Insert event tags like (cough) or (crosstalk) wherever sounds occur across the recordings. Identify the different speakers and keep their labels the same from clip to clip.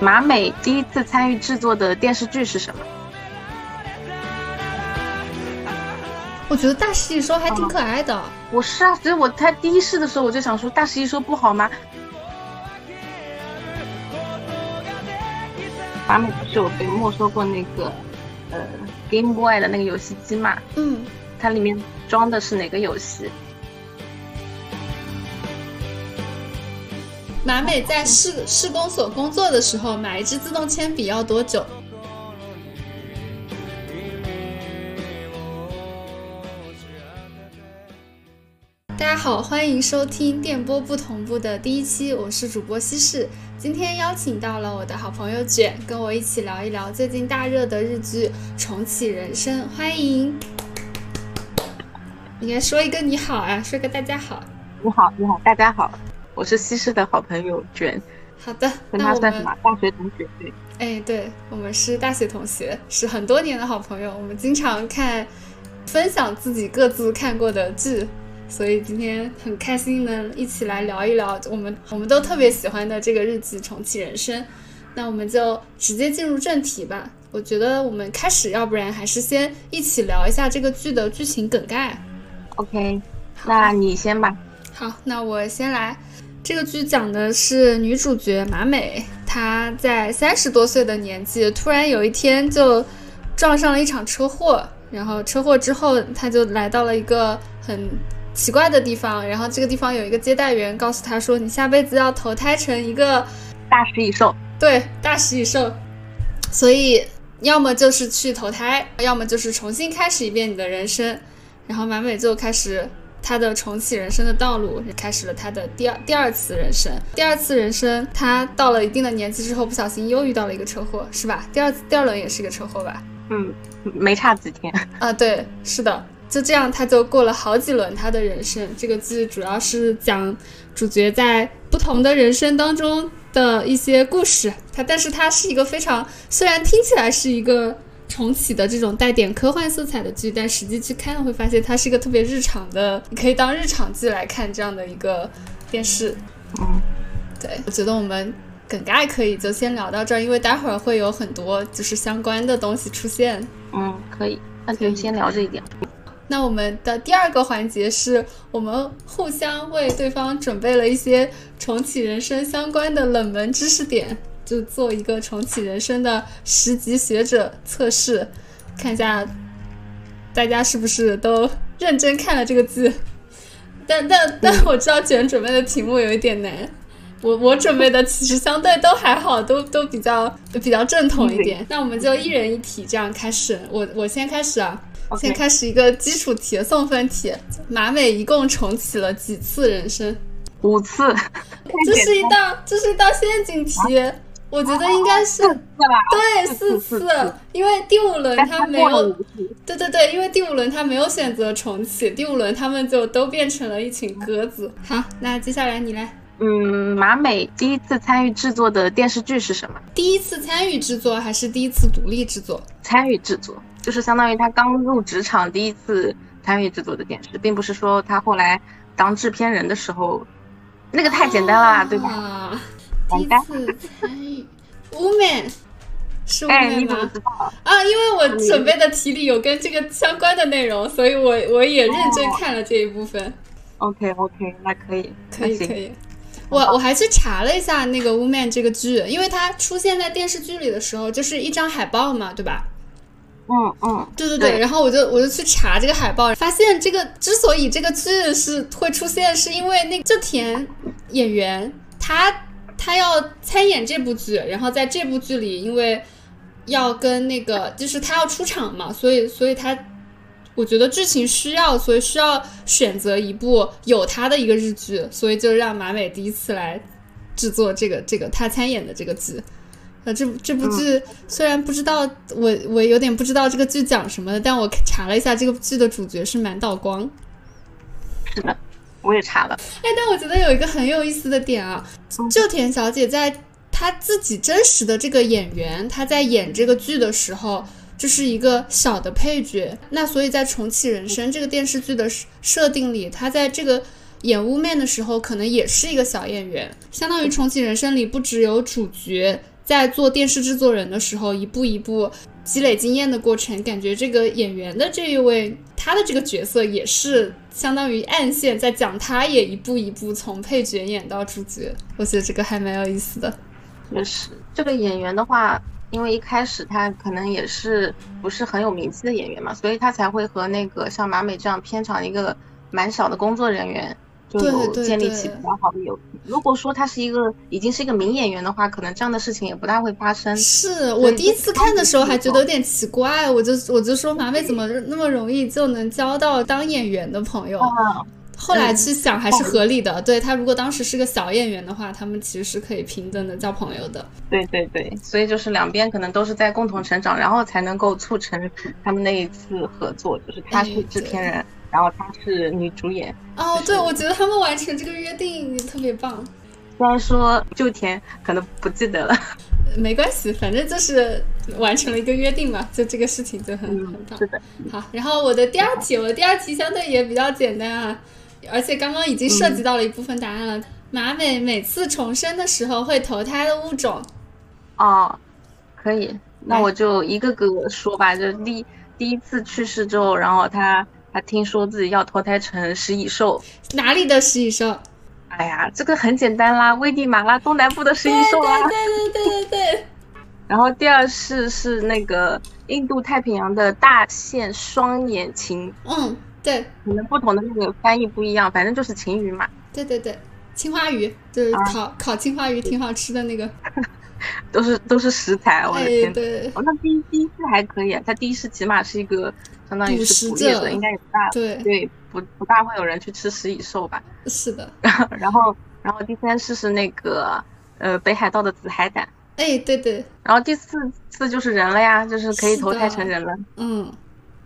Speaker 1: 马美第一次参与制作的电视剧是什么？
Speaker 2: 我觉得大食蚁兽还挺可爱的。
Speaker 1: 我是啊，所以我他第一试的时候我就想说大食蚁兽不好吗？马美不是有被没收过那个呃 Game Boy 的那个游戏机嘛？
Speaker 2: 嗯，
Speaker 1: 它里面装的是哪个游戏？
Speaker 2: 马美在市市公所工作的时候，买一支自动铅笔要多久？大家好，欢迎收听电波不同步的第一期，我是主播西市。今天邀请到了我的好朋友卷，跟我一起聊一聊最近大热的日剧《重启人生》，欢迎。你该说一个你好啊，说个大家好。
Speaker 1: 你好，你好，大家好，我是西施的好朋友卷，
Speaker 2: 好的，
Speaker 1: 跟
Speaker 2: 那
Speaker 1: 他
Speaker 2: 我
Speaker 1: 算什
Speaker 2: 们
Speaker 1: 么？大学同学对。
Speaker 2: 哎，对我们是大学同学，是很多年的好朋友，我们经常看分享自己各自看过的剧，所以今天很开心能一起来聊一聊我们我们都特别喜欢的这个日剧《重启人生》。那我们就直接进入正题吧。我觉得我们开始，要不然还是先一起聊一下这个剧的剧情梗概。
Speaker 1: OK，那你先吧。
Speaker 2: 好，那我先来。这个剧讲的是女主角马美，她在三十多岁的年纪，突然有一天就撞上了一场车祸，然后车祸之后，她就来到了一个很奇怪的地方，然后这个地方有一个接待员告诉她说，你下辈子要投胎成一个
Speaker 1: 大食蚁兽，
Speaker 2: 对，大食蚁兽。所以，要么就是去投胎，要么就是重新开始一遍你的人生。然后马美就开始她的重启人生的道路，开始了她的第二第二次人生。第二次人生，她到了一定的年纪之后，不小心又遇到了一个车祸，是吧？第二次第二轮也是一个车祸吧？
Speaker 1: 嗯，没差几天。
Speaker 2: (laughs) 啊，对，是的，就这样，他就过了好几轮他的人生。这个剧主要是讲主角在不同的人生当中的一些故事。它，但是它是一个非常，虽然听起来是一个重启的这种带点科幻色彩的剧，但实际去看了会发现它是一个特别日常的，你可以当日常剧来看这样的一个电视。
Speaker 1: 嗯，
Speaker 2: 对，我觉得我们梗概可以就先聊到这儿，因为待会儿会有很多就是相关的东西出现。
Speaker 1: 嗯，可以，那
Speaker 2: 可
Speaker 1: 就
Speaker 2: 以
Speaker 1: 先聊这一点。
Speaker 2: 那我们的第二个环节是我们互相为对方准备了一些重启人生相关的冷门知识点，就做一个重启人生的十级学者测试，看一下大家是不是都认真看了这个剧。但但但我知道卷准备的题目有一点难，我我准备的其实相对都还好，都都比较比较正统一点。那我们就一人一题这样开始，我我先开始啊。先
Speaker 1: OK，
Speaker 2: 开始一个基础题，送分题。马美一共重启了几次人生？
Speaker 1: 五次，
Speaker 2: 这是一道，这是一道陷阱题。我觉得应该是
Speaker 1: 四次吧？
Speaker 2: 对
Speaker 1: 啊四
Speaker 2: 四
Speaker 1: 次
Speaker 2: 次
Speaker 1: 四次，
Speaker 2: 因为第五
Speaker 1: (laughs)
Speaker 2: 轮
Speaker 1: 但
Speaker 2: 他没
Speaker 1: 过了
Speaker 2: 有
Speaker 1: 五，次。
Speaker 2: 对对对，因为第五轮他没有选择重启，第五轮他们就都变成了一群鸽子。好，那接下来你来。
Speaker 1: 嗯，马美第一次参与制作的电视剧是什么？
Speaker 2: 第一次参与制作还是第一次独立制作？
Speaker 1: 参与制作就是相当于她刚入职场第一次参与制作的电视，并不是说她后来当制片人的时候，那个太简单了，啊对吧？
Speaker 2: 吧？啊第
Speaker 1: 简
Speaker 2: 一
Speaker 1: 单
Speaker 2: 次参与，woman 是
Speaker 1: 哎，你
Speaker 2: woman
Speaker 1: 怎么
Speaker 2: 吗？
Speaker 1: 知道？
Speaker 2: 啊，因为
Speaker 1: 嗯
Speaker 2: 我准备的题里有跟这个相关的内容，所以我我也认
Speaker 1: 哦
Speaker 2: 真看了这一部分。
Speaker 1: OK OK，那可以，
Speaker 2: 可以
Speaker 1: 那
Speaker 2: 可
Speaker 1: 行，
Speaker 2: 以，我我还去查了一下那个《Woman》这个剧，因为它出现在电视剧里的时候就是一张海报嘛，对吧？
Speaker 1: 嗯嗯，
Speaker 2: 对对对，
Speaker 1: 对
Speaker 2: 然后我就我就去查这个海报，发现这个之所以这个剧是会出现，是因为那个这田演员他他要参演这部剧，然后在这部剧里，因为要跟那个就是他要出场嘛，所以所以他我觉得剧情需要，所以需要选择一部有他的一个日剧，所以就让马美第一次来制作这个这个他参演的这个剧。呃，这部这部剧虽然不知道我我有点不知道这个剧讲什么的，但我查了一下，这个剧的主角是满岛光。
Speaker 1: 是的，我也查了。
Speaker 2: 哎，但我觉得有一个很有意思的点啊
Speaker 1: 嗯，
Speaker 2: 旧田小姐在她自己真实的这个演员，她在演这个剧的时候。就是一个小的配角，那所以在《重启人生》这个电视剧的设设定里，她在这个演乌面的时候，可能也是一个小演员，相当于《重启人生》里不只有主角在做电视制作人的时候，一步一步积累经验的过程，感觉这个演员的这一位他的这个角色也是相当于暗线在讲，他也一步一步从配角演到主角，我觉得这个还蛮有意思的。
Speaker 1: 确实，这个演员的话，因为一开始他可能也是不是很有名气的演员嘛，所以他才会和那个像马美这样片场一个蛮小的工作人员就
Speaker 2: 对
Speaker 1: 有
Speaker 2: 对
Speaker 1: 建立
Speaker 2: 对
Speaker 1: 起比较好的友谊。如果说他是一个已经是一个名演员的话，可能这样的事情也不大会发生。
Speaker 2: 是我第一次看的时候还觉得有点奇怪，我就我就说马美怎么那么容易就能交到当演员的朋友？
Speaker 1: 啊，
Speaker 2: 后来去想还是合理的。对他如果当时是个小演员的话，他们其实是可以平等的交朋友的。
Speaker 1: 对对对，所以就是两边可能都是在共同成长，然后才能够促成他们那一次合作，就是他
Speaker 2: 哎
Speaker 1: 是
Speaker 2: 对
Speaker 1: 制片人，然后她是女主演，
Speaker 2: 哦，
Speaker 1: 是
Speaker 2: 对，我觉得他们完成这个约定也特别棒。
Speaker 1: 虽然说旧田可能不记得了，
Speaker 2: 没关系，反正就是完成了一个约定嘛，就这个事情就很很棒。
Speaker 1: 嗯是的，
Speaker 2: 好，然后我的第二题，我的第二题相对也比较简单啊，而且刚刚已经涉及到了一部分答案了。马美每次重生的时候会投胎的物种，
Speaker 1: 哦，可以，那
Speaker 2: 来
Speaker 1: 我就一个个说吧。就是第第一次去世之后，然后他他听说自己要脱胎成食蚁兽，
Speaker 2: 哪里的食蚁兽？
Speaker 1: 哎呀，这个很简单啦，危地马拉东南部的食蚁兽啦。
Speaker 2: 对对对对对，
Speaker 1: 然后第二世是那个印度太平洋的大线双眼琴，
Speaker 2: 嗯，对
Speaker 1: 可能不同的那个翻译不一样，反正就是琴鱼嘛，
Speaker 2: 对对对，青花鱼就是
Speaker 1: 啊
Speaker 2: 烤、烤青花鱼挺好吃的那个。
Speaker 1: 都是都是食材，我
Speaker 2: 哎
Speaker 1: 的天，呐。
Speaker 2: 对
Speaker 1: 哦，那第一第一世还可以啊，他第一世起码是一个相当于
Speaker 2: 捕
Speaker 1: 是
Speaker 2: 食
Speaker 1: 捕猎
Speaker 2: 者
Speaker 1: 者，应该也不大
Speaker 2: 对，
Speaker 1: 对，不不大会有人去吃食蚁兽吧。 (laughs)
Speaker 2: 是的。
Speaker 1: 然后，然后第三次是那个呃北海道的紫海胆，
Speaker 2: 哎，对对，
Speaker 1: 然后第四次就是人了呀，就是可以
Speaker 2: 是
Speaker 1: 投胎
Speaker 2: 的
Speaker 1: 成人了。
Speaker 2: 嗯，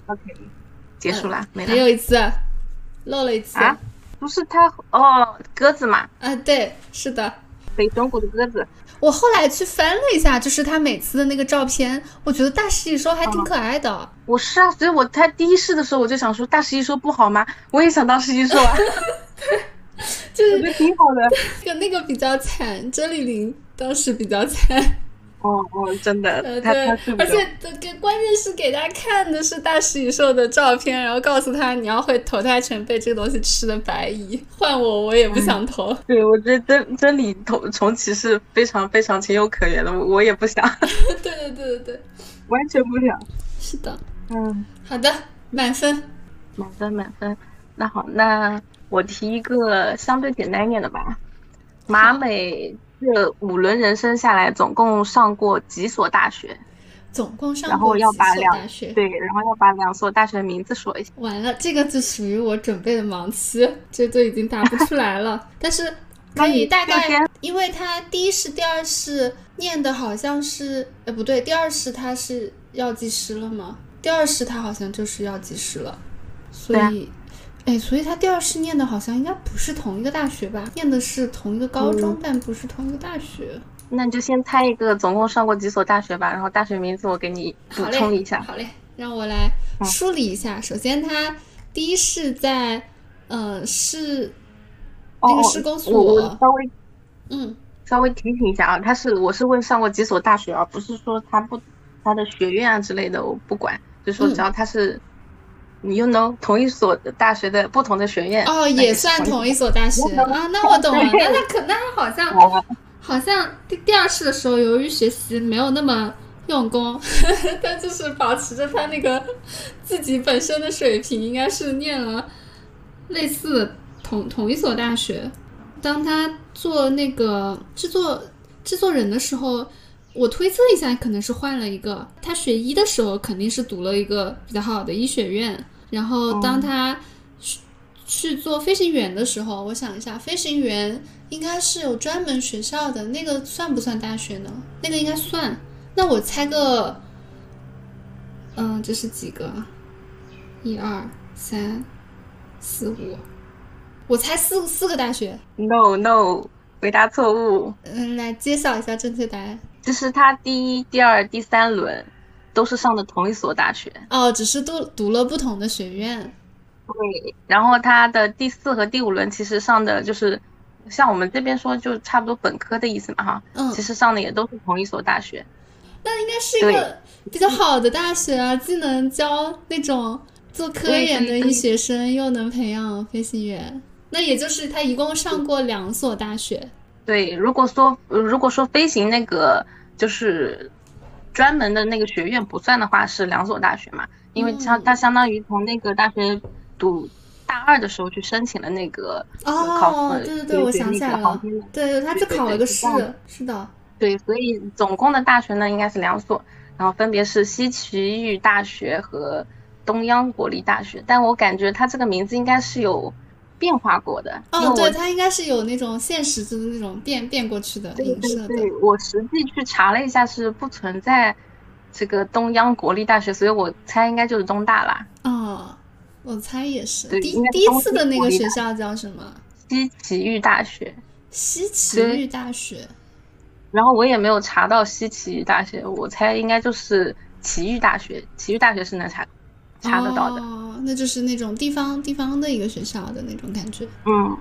Speaker 1: OK，结束啦，没
Speaker 2: 还
Speaker 1: 了。
Speaker 2: 有一次啊漏了一次
Speaker 1: 哎啊不是他哦，鸽子嘛，
Speaker 2: 啊，对，是的。
Speaker 1: 北熊谷的鸽子。
Speaker 2: 我后来去翻了一下，就是他每次的那个照片，我觉得大食蚁兽还
Speaker 1: 哦
Speaker 2: 挺可爱的。
Speaker 1: 我是啊，所以我他第一世的时候我就想说大食蚁兽不好吗？我也想当食蚁兽啊， (laughs)
Speaker 2: 就
Speaker 1: 我
Speaker 2: 是
Speaker 1: 觉得挺好的。
Speaker 2: 跟那个比较惨，周丽玲当时比较惨，
Speaker 1: 哦哦，真
Speaker 2: 呃，
Speaker 1: 的，他
Speaker 2: 对
Speaker 1: 他是，
Speaker 2: 而
Speaker 1: 不是
Speaker 2: 且给关键是给大家看的是大食蚁兽的照片，然后告诉他你要会投胎成被这个东西吃的白蚁，换我我也不
Speaker 1: 嗯
Speaker 2: 想投。 (laughs)
Speaker 1: 对我觉得真真理重重启是非常非常情有可原的，我我也不想， (laughs)
Speaker 2: 对对对对对，
Speaker 1: 完全不想。
Speaker 2: 是的，
Speaker 1: 嗯。
Speaker 2: 好的，满分。
Speaker 1: 满分满分。那好，那我提一个相对简单一点的吧。马美这五轮人生下来，总共上过几所大学？
Speaker 2: 总共上
Speaker 1: 然后
Speaker 2: 过几
Speaker 1: 要把
Speaker 2: 所
Speaker 1: 两
Speaker 2: 大学？
Speaker 1: 对，然后要把两所大学的名字说一下。
Speaker 2: 完了，这个就属于我准备的盲期， (laughs) 这都已经答不出来
Speaker 1: (laughs)
Speaker 2: 了。但是可
Speaker 1: 那
Speaker 2: 以
Speaker 1: 你
Speaker 2: 大
Speaker 1: 就先
Speaker 2: 概，因为他第一世、第二世念的好像是，呃，不对，第二世他是药剂师了吗？第二世他好像就是药剂师了，所以，
Speaker 1: 啊
Speaker 2: 哎、所以他第二世念的好像应该不是同一个大学吧？念的是同一个高中，
Speaker 1: 嗯
Speaker 2: 但不是同一个大学。
Speaker 1: 那你就先猜一个总共上过几所大学吧，然后大学名字我给你补
Speaker 2: 好嘞
Speaker 1: 充一下。
Speaker 2: 好嘞，让我来梳理一下。首先，他第一是在，呃，是那个
Speaker 1: 哦
Speaker 2: 施工所，啊
Speaker 1: 我我稍微
Speaker 2: 嗯，
Speaker 1: 稍微提醒一下啊，他是我是问上过几所大学啊，不是说他不他的学院啊之类的，我不管，就说
Speaker 2: 嗯
Speaker 1: 只要他是，你又能同一所大学的不同的学院
Speaker 2: 哦，也算同一所大学
Speaker 1: 我懂
Speaker 2: 啊。那我懂了，那他可那他好像
Speaker 1: 所。
Speaker 2: 好像第第二次的时候，由于学习没有那么用功， (laughs) 他就是保持着他那个自己本身的水平，应该是念了类似同同一所大学。当他做那个制作制作人的时候，我推测一下，可能是换了一个。他学医的时候肯定是读了一个比较好的医学院，然后当他去去做飞行员的时候，我想一下，飞行员应该是有专门学校的，那个算不算大学呢？那个应该算。那我猜个，嗯，这是几个？一二三四五，我猜四四个大学。
Speaker 1: (laughs) No No，回答错误，
Speaker 2: 嗯，来揭晓一下正确答案。
Speaker 1: 就是他第一、第二、第三轮都是上的同一所大学，
Speaker 2: 哦，只是都读了不同的学院。
Speaker 1: 对，然后他的第四和第五轮其实上的就是像我们这边说就差不多本科的意思嘛哈，
Speaker 2: 嗯
Speaker 1: 其，实上的也都是同一所大学。
Speaker 2: 那应该是一个比较好的大学啊，既能教那种做科研的医学生，又能培养飞行员。那也就是他一共上过两所大学，
Speaker 1: 对，如果说呃如果说飞行那个就是专门的那个学院不算的话，是两所大学嘛，因为它
Speaker 2: 嗯
Speaker 1: 它相当于从那个大学读大二的时候去申请了那个呃考
Speaker 2: 哦
Speaker 1: 呃，
Speaker 2: 对对对，我
Speaker 1: 学那
Speaker 2: 想起
Speaker 1: 个
Speaker 2: 来
Speaker 1: 航
Speaker 2: 了
Speaker 1: 天的，
Speaker 2: 对，他就考了个试
Speaker 1: 对对，
Speaker 2: 是的，
Speaker 1: 对，所以总共的大学呢应该是两所，然后分别是西奇遇大学和东央国立大学，但我感觉它这个名字应该是有变化过的，因为
Speaker 2: 哦，
Speaker 1: 我
Speaker 2: 对，他应该是有那种现实的那种变变过去的
Speaker 1: 对
Speaker 2: 影
Speaker 1: 对
Speaker 2: 射的，
Speaker 1: 对，我实际去查了一下，是不存在这个东央国立大学，所以我猜应该就是东大啦。
Speaker 2: 哦，我猜也是，
Speaker 1: 对
Speaker 2: 第
Speaker 1: 应该
Speaker 2: 第一
Speaker 1: 东
Speaker 2: 次
Speaker 1: 西
Speaker 2: 的那
Speaker 1: 国
Speaker 2: 个
Speaker 1: 立
Speaker 2: 学
Speaker 1: 大
Speaker 2: 校叫什么？
Speaker 1: 西奇遇大学，
Speaker 2: 西奇
Speaker 1: 对
Speaker 2: 遇大学，
Speaker 1: 然后我也没有查到西奇遇大学，我猜应该就是奇遇大学，奇遇大学是能查查得到的。
Speaker 2: 哦，那就是那种地方地方的一个学校的那种感觉。
Speaker 1: 嗯，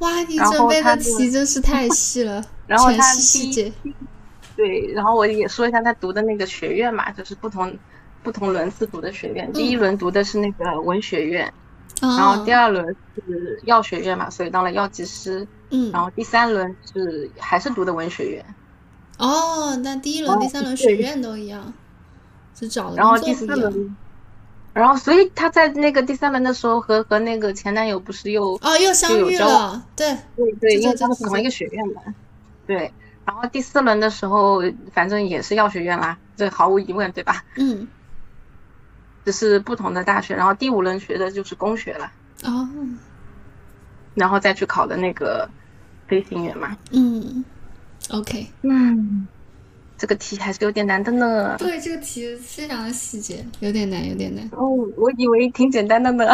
Speaker 2: 哇，你
Speaker 1: 然后
Speaker 2: 准备
Speaker 1: 它
Speaker 2: 的
Speaker 1: 就
Speaker 2: 题真是太细了，
Speaker 1: (laughs) 然后
Speaker 2: 全
Speaker 1: 它
Speaker 2: 是细
Speaker 1: 第一
Speaker 2: 节。
Speaker 1: 对，然后我也说一下他读的那个学院嘛，就是不同不同轮次读的学院，第一
Speaker 2: 嗯
Speaker 1: 轮读的是那个文学院，然后第
Speaker 2: 二，
Speaker 1: 二轮是药学院嘛，所以当了药剂师。
Speaker 2: 嗯，
Speaker 1: 然后第三轮是还是读的文学院，
Speaker 2: 哦，那第一轮、第三轮学
Speaker 1: 对
Speaker 2: 院都一样，只找的
Speaker 1: 然后
Speaker 2: 工
Speaker 1: 第四
Speaker 2: 作不一样。
Speaker 1: 轮，然后所以她在那个第三轮的时候和和那个前男友不是又
Speaker 2: 哦，又相
Speaker 1: 有
Speaker 2: 遇
Speaker 1: 交往
Speaker 2: 了，对，
Speaker 1: 对对，
Speaker 2: 对
Speaker 1: 因为他
Speaker 2: 对
Speaker 1: 们是
Speaker 2: 对
Speaker 1: 同一个学院的，对。然后第四轮的时候，反正也是药学院啦，这毫无疑问，对吧？
Speaker 2: 嗯，
Speaker 1: 只是不同的大学。然后第五轮学的就是工学了，
Speaker 2: 哦，
Speaker 1: 然后再去考的那个飞行员嘛。
Speaker 2: 嗯，OK，
Speaker 1: 嗯，这个题还是有点难的呢。
Speaker 2: 对，这个题非常的细节，有点难，有点难。 (laughs)
Speaker 1: 哦，我以为挺简单的呢。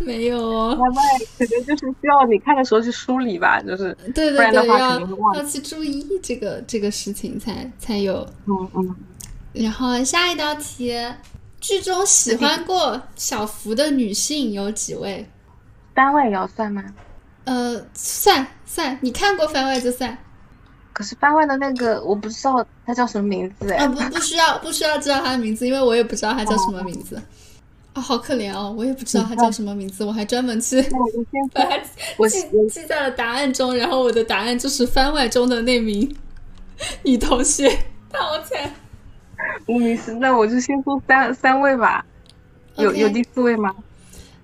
Speaker 2: 没有哦，
Speaker 1: 外卖可能就是需要你看的时候去梳理吧，就是
Speaker 2: 对
Speaker 1: 不
Speaker 2: 对
Speaker 1: 然的
Speaker 2: 对，
Speaker 1: 话
Speaker 2: 要
Speaker 1: 肯定会忘
Speaker 2: 要去注意这个这个事情才才有
Speaker 1: 嗯嗯，
Speaker 2: 然后下一道题，剧中喜欢过小福的女性有几位？
Speaker 1: 番外也要算吗？
Speaker 2: 呃，算算，你看过番外就算
Speaker 1: 可是番外的那个我不知道他叫什么名字
Speaker 2: 啊，
Speaker 1: 哎，
Speaker 2: 不不需要不需要知道她的名字，因为我也不知道她叫什么名
Speaker 1: (laughs)
Speaker 2: 字。啊、好可怜哦，我也不知道她叫什么名字，我还专门去
Speaker 1: 那我就先
Speaker 2: 把它
Speaker 1: 我
Speaker 2: 记记在了答案中，然后我的答案就是番外中的那名 (laughs) 女同学，
Speaker 1: (laughs)
Speaker 2: 她好惨。
Speaker 1: 无名氏，那我就先说三三位吧，有
Speaker 2: OK
Speaker 1: 有第四位吗？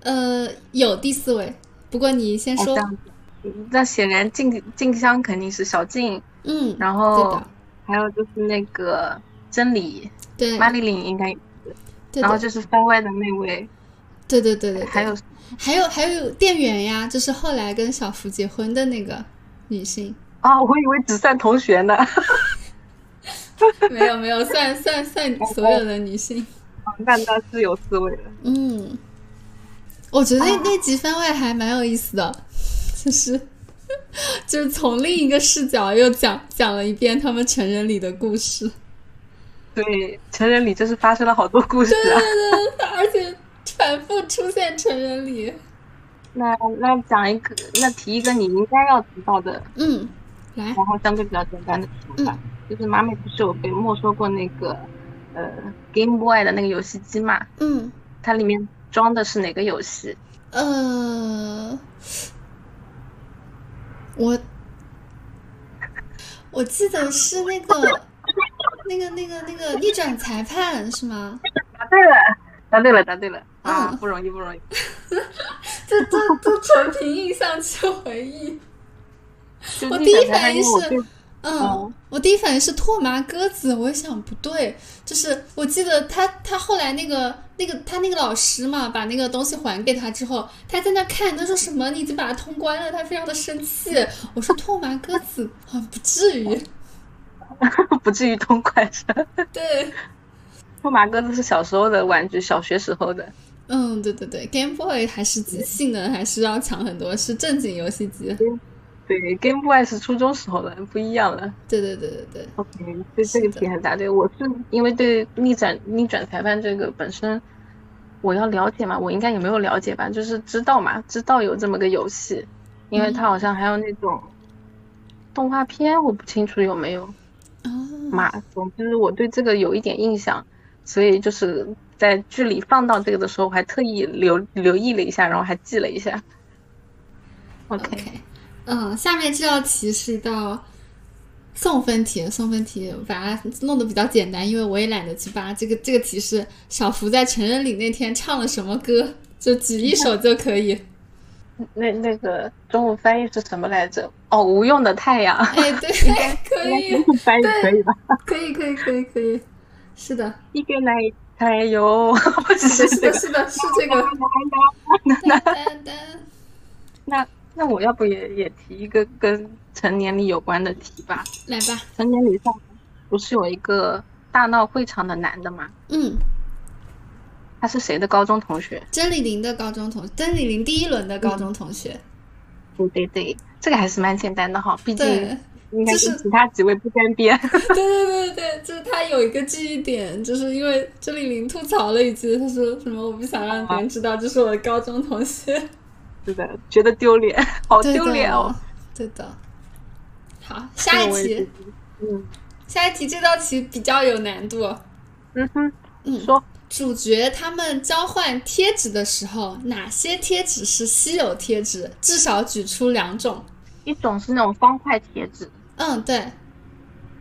Speaker 2: 呃，有第四位，不过你先
Speaker 1: 哦，这
Speaker 2: 说，
Speaker 1: 样子，嗯那显然静静香肯定是小静，
Speaker 2: 嗯，
Speaker 1: 然
Speaker 2: 对
Speaker 1: 后
Speaker 2: 的，
Speaker 1: 还有就是那个真理
Speaker 2: 对，
Speaker 1: 玛丽琳应该，
Speaker 2: 对
Speaker 1: 然后
Speaker 2: 嗯的，
Speaker 1: 就是番外的那位，
Speaker 2: 对对对对，对
Speaker 1: 还有
Speaker 2: 还有还有店员呀，就是后来跟小福结婚的那个女性。
Speaker 1: 啊，我以为只算同学呢， (laughs) 哦
Speaker 2: (laughs) 没有没有，算算算所有的女性。
Speaker 1: 那那是有四位的。
Speaker 2: 嗯，我觉得那那集番外还蛮有意思的，就是 (laughs) 就是从另一个视角又讲讲了一遍他们成人礼的故事。
Speaker 1: 对，成人礼真是发生了好多故事啊。
Speaker 2: 而且反复出现成人礼。
Speaker 1: 那那讲一个，那提一个你应该要知道的，
Speaker 2: 嗯，来，
Speaker 1: 然后相对比较简单的
Speaker 2: 嗯
Speaker 1: 题吧。就是妈咪不是有被没收过那个呃 Game Boy 的那个游戏机嘛？
Speaker 2: 嗯，
Speaker 1: 它里面装的是哪个游戏？
Speaker 2: 呃，我我记得是那个那个那个那个逆转裁判是吗？
Speaker 1: 答对了，答对了，答对了啊！
Speaker 2: 嗯
Speaker 1: 不容易，不
Speaker 2: (laughs)
Speaker 1: 容易。
Speaker 2: 这这这纯凭印象去回忆。
Speaker 1: 就
Speaker 2: 我
Speaker 1: 逆
Speaker 2: 第一
Speaker 1: 转裁
Speaker 2: 反
Speaker 1: 判
Speaker 2: 应
Speaker 1: 因为我
Speaker 2: 是
Speaker 1: 对
Speaker 2: 嗯
Speaker 1: 哦，
Speaker 2: 我第一反应是拓麻鸽子，我也想不对，就是我记得他他后来那个那个他那个老师嘛，把那个东西还给他之后，他在那看，他说什么你已经把它通关了，他非常的生气。我说拓麻鸽子啊，不至于，
Speaker 1: 不至于痛 (laughs) 快是吧。
Speaker 2: (laughs) 对，
Speaker 1: 托马鸽子是小时候的玩具，小学时候的。
Speaker 2: 嗯，对对对，Game Boy 还是机性能还是要强很多，是正经游戏机，
Speaker 1: 对，Game Boy 是初中时候的，不一样了。
Speaker 2: 对对对对对，
Speaker 1: OK，对这个
Speaker 2: 是的
Speaker 1: 题还答对。我是因为对逆转逆转裁判这个本身，我要了解嘛，我应该也没有了解吧，就是知道嘛，知道有这么个游戏。因
Speaker 2: 嗯
Speaker 1: 为他好像还有那种动画片，我不清楚有没有
Speaker 2: 哦，
Speaker 1: 嘛。总之我对这个有一点印象，所以就是在剧里放到这个的时候，我还特意留留意了一下，然后还记了一下。OK，
Speaker 2: OK，嗯，下面这道题是到送分题，送分题我把它弄得比较简单，因为我也懒得去扒。这个这个题是小福在成人礼那天唱了什么歌，就举一首就可以。
Speaker 1: 那那个中文翻译是什么来着？哦，无用的太阳。
Speaker 2: 哎，对，可以，
Speaker 1: (laughs) 翻译可以吧？
Speaker 2: 可以，可以，可以，可以，是的，
Speaker 1: 一个来太阳， (laughs) 不
Speaker 2: 是
Speaker 1: 是这
Speaker 2: (laughs) 的，
Speaker 1: 个。
Speaker 2: 是的，是这个。哒哒哒
Speaker 1: 那那我要不也也提一个跟成年礼有关的题吧？
Speaker 2: 来吧，
Speaker 1: 成年礼上不是有一个大闹会场的男的吗？
Speaker 2: 嗯，
Speaker 1: 他是谁的高中同学？
Speaker 2: 甄李玲的高中同，甄李玲第一轮的高中同学，
Speaker 1: 对对对，这个还是蛮简单的哈，毕
Speaker 2: 对
Speaker 1: 竟。应该
Speaker 2: 就是
Speaker 1: 跟其他几位不沾边。
Speaker 2: (laughs) 对对对对，就是他有一个记忆点，就是因为这里玲吐槽了一句，他说什么我不想让别人知道这是我的高中同学，
Speaker 1: (laughs) (laughs) 是的，觉得丢
Speaker 2: (laughs)
Speaker 1: 脸，好
Speaker 2: 对的
Speaker 1: 丢脸哦。，
Speaker 2: 对的。好，下一
Speaker 1: 这个我也
Speaker 2: 题，
Speaker 1: 觉得。嗯
Speaker 2: 下一题这道题比较有难度。
Speaker 1: 嗯哼，
Speaker 2: 嗯，
Speaker 1: 说
Speaker 2: 主角他们交换贴纸的时候，哪些贴纸是稀有贴纸？至少举出两种。
Speaker 1: 一种是那种方块贴纸，
Speaker 2: 嗯，对，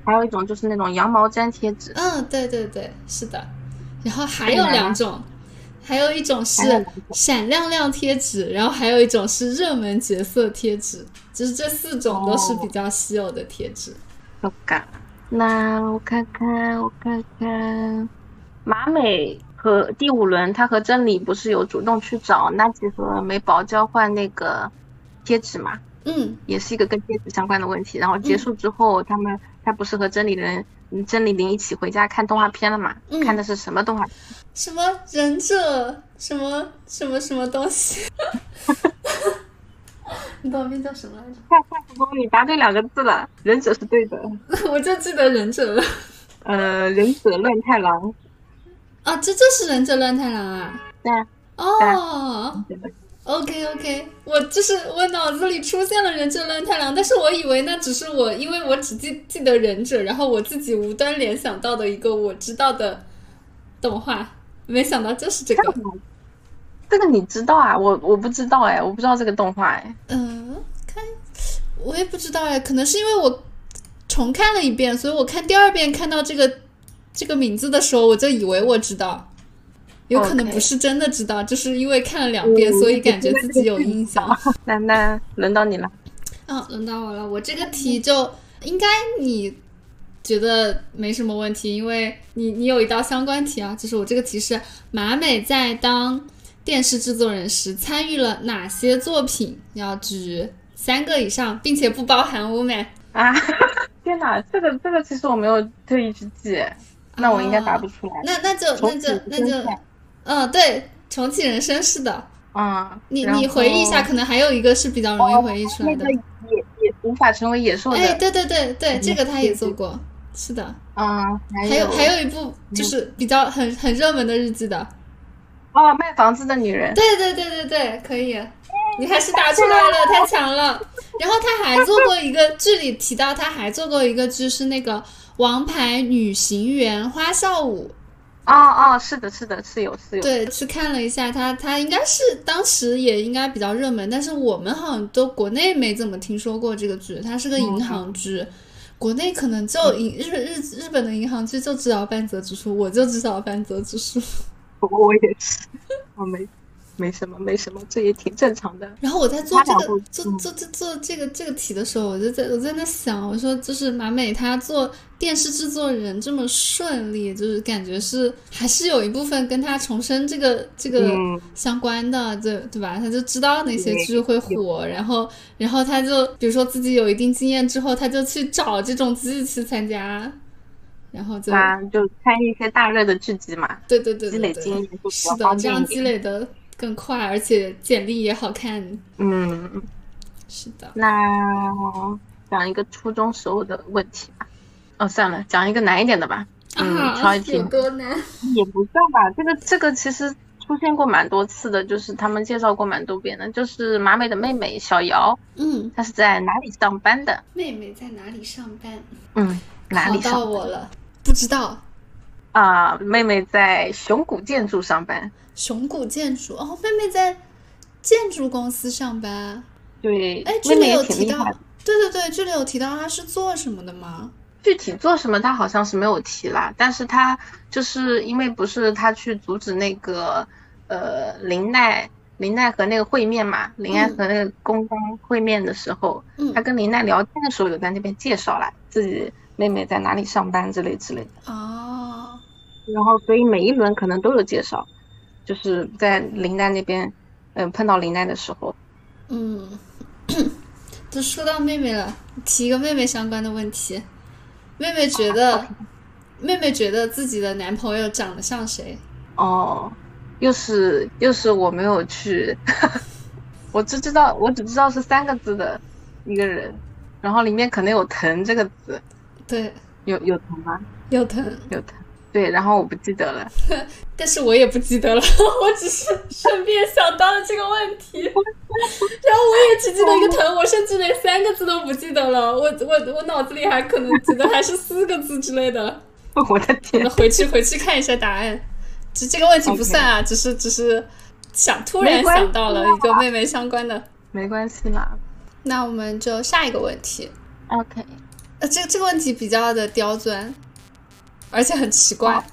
Speaker 1: 还有一种就是那种羊毛毡贴纸。
Speaker 2: 嗯，对对对，是的。然后还
Speaker 1: 这
Speaker 2: 有
Speaker 1: 个难
Speaker 2: 两
Speaker 1: 吗
Speaker 2: 种，还有一种是
Speaker 1: 还有两种
Speaker 2: 闪亮亮贴纸，然后还有一种是热门角色贴纸，就是这四种都是比
Speaker 1: 哦
Speaker 2: 较稀有的贴纸。
Speaker 1: 好感。那我看看，我看看，马美和第五轮，他和真理不是有主动去找纳吉和美宝交换那个贴纸嘛？
Speaker 2: 嗯，
Speaker 1: 也是一个跟贴纸相关的问题。然后结束之后，他们他不是和真理人、嗯真理林一起回家看动画片了嘛？
Speaker 2: 嗯
Speaker 1: 看的是什么动画片？
Speaker 2: 什么忍者，什么什么什么东西， (laughs) 你懂那叫什么来着？
Speaker 1: 快快成功，你答对两个字了，忍者是对的。
Speaker 2: (laughs) 我就记得忍者了。 (laughs)
Speaker 1: 呃，忍者乱太郎，
Speaker 2: 啊，这就是忍者乱太郎啊！
Speaker 1: 对啊，
Speaker 2: 哦。OK OK，我就是我脑子里出现了忍者乱太郎，但是我以为那只是我，因为我只记记得忍者，然后我自己无端联想到的一个我知道的动画，没想到就是这个。
Speaker 1: 这个你知道啊？我我不知道哎，我不知道这个动画哎。
Speaker 2: 嗯、看我也不知道哎，可能是因为我重看了一遍，所以我看第二遍看到这个这个名字的时候，我就以为我知道，有可能
Speaker 1: OK
Speaker 2: 不是真的知道就是因为看了两遍，所以感觉自己有印象。
Speaker 1: 那那轮到你了。
Speaker 2: 嗯，轮到我了。我这个
Speaker 1: 嗯
Speaker 2: 题就应该你觉得没什么问题，因为你你有一道相关题啊，就是我这个题是马美在当电视制作人时参与了哪些作品？要举三个以上，并且不包含《乌美。
Speaker 1: 啊！ (laughs) 天哪，这个这个其实我没有特意去记，那我应该答不出来。
Speaker 2: 那那就那
Speaker 1: 重启
Speaker 2: 就
Speaker 1: 人
Speaker 2: 那
Speaker 1: 生
Speaker 2: 就，嗯，对，重启人生是的。
Speaker 1: 嗯，
Speaker 2: 啊你
Speaker 1: 然后哦
Speaker 2: 你回忆一下，可能还有一个是比较容易回忆出来
Speaker 1: 那
Speaker 2: 的
Speaker 1: 个。也也无法成为野兽的，嗯
Speaker 2: 哎，对对对对，这个他也
Speaker 1: 对对
Speaker 2: 做过，是的。
Speaker 1: 嗯，
Speaker 2: 还有嗯
Speaker 1: 有
Speaker 2: 还有一部就是比较很很热门的日记的，
Speaker 1: 哦，卖房子的女人，
Speaker 2: 对对对对对，可以，你还是答出来了，太强了。然后他还做过一个剧里提到，他还做过一个剧是那个《王牌女行员花少武
Speaker 1: 哦哦，是的，是的，是有是》，有，
Speaker 2: 对，去看了一下他，他应该是当时也应该比较热门，但是我们好像都国内没怎么听说过这个剧，它是个银行剧。国内可能就银日日日本的银行剧就知道半泽直树，我就知道半泽直树。
Speaker 1: 我我也是，我没没什么没什么，这也挺正常的。
Speaker 2: 然后我在做这
Speaker 1: 他两
Speaker 2: 个
Speaker 1: 部
Speaker 2: 做
Speaker 1: 嗯
Speaker 2: 做做做这个这个题的时候，我就在我在那想，我说就是马美她做电视制作人这么顺利，就是感觉是还是有一部分跟她重生这个这个
Speaker 1: 嗯
Speaker 2: 相关的，对对吧？她就知道哪些
Speaker 1: 对
Speaker 2: 剧会火，然后然后她就比如说自己有一定经验之后，她就去找这种剧去参加，然后就、
Speaker 1: 啊，就参与一些大热的剧集嘛，
Speaker 2: 对对对
Speaker 1: 积
Speaker 2: 对
Speaker 1: 累
Speaker 2: 对，
Speaker 1: 经验就比
Speaker 2: 是
Speaker 1: 较
Speaker 2: 的，
Speaker 1: 方
Speaker 2: 这
Speaker 1: 便
Speaker 2: 样
Speaker 1: 一
Speaker 2: 积
Speaker 1: 点。
Speaker 2: 累的更快，而且简历也好看，
Speaker 1: 嗯，
Speaker 2: 是的。
Speaker 1: 那讲一个初中时候的问题吧。哦，算了，
Speaker 2: (laughs) 啊
Speaker 1: 讲一个难一点的吧。嗯，挑一题
Speaker 2: 有多难？
Speaker 1: 也不算吧。这个这个其实出现过蛮多次的，就是他们介绍过蛮多遍的，就是马美的妹妹小瑶，
Speaker 2: 嗯，
Speaker 1: 她是在哪里上班的？
Speaker 2: 妹妹在哪里上班？
Speaker 1: 嗯，哪
Speaker 2: 考
Speaker 1: 里
Speaker 2: 到
Speaker 1: 上班
Speaker 2: 我了，不知道。
Speaker 1: 啊？妹妹在熊谷建筑上班。
Speaker 2: 熊谷建筑哦，妹妹在建筑公司上班。
Speaker 1: 对，
Speaker 2: 哎，
Speaker 1: 妹
Speaker 2: 这
Speaker 1: 妹
Speaker 2: 里
Speaker 1: 也
Speaker 2: 有
Speaker 1: 挺
Speaker 2: 提
Speaker 1: 厉
Speaker 2: 到
Speaker 1: 害的。，
Speaker 2: 对对对，这里有提到她是做什么的吗？
Speaker 1: 具体做什么，她好像是没有提啦。但是她就是因为不是她去阻止那个呃林奈林奈和那个会面嘛，林奈
Speaker 2: 嗯
Speaker 1: 和那个宫刚会面的时候，
Speaker 2: 嗯
Speaker 1: 她跟林奈聊天的时候有在那边介绍啦，自己妹妹在哪里上班之类之类的。
Speaker 2: 哦，
Speaker 1: 然后所以每一轮可能都有介绍，就是在林奈那边，嗯、碰到林奈的时候，
Speaker 2: 嗯，就说到妹妹了，提一个妹妹相关的问题。妹妹觉得，妹妹觉得自己的男朋友长得像谁？
Speaker 1: 哦，又是又是我没有去， (laughs) 我只知道我只知道是三个字的一个人，然后里面可能有藤这个字，
Speaker 2: 对，
Speaker 1: 有有藤吗？
Speaker 2: 有疼，
Speaker 1: 有藤，对，然后我不记得了， (laughs)
Speaker 2: 但是我也不记得了， (laughs) 我只是顺便想到了这个问题，然后我也只记得一个疼，我甚至连三个字都不记得了，我我我脑子里还可能记得还是四个字之类的。
Speaker 1: 我的
Speaker 2: 那
Speaker 1: 天，
Speaker 2: 回去回去看一下答案，这这个问题不算啊，只是只是想突然
Speaker 1: 没关系啊
Speaker 2: 想到了一个妹妹相关的。
Speaker 1: 没关系啦
Speaker 2: 那我们就下一个问题，
Speaker 1: ，OK，
Speaker 2: 呃，这这个问题比较的刁钻，而且很奇怪
Speaker 1: 好。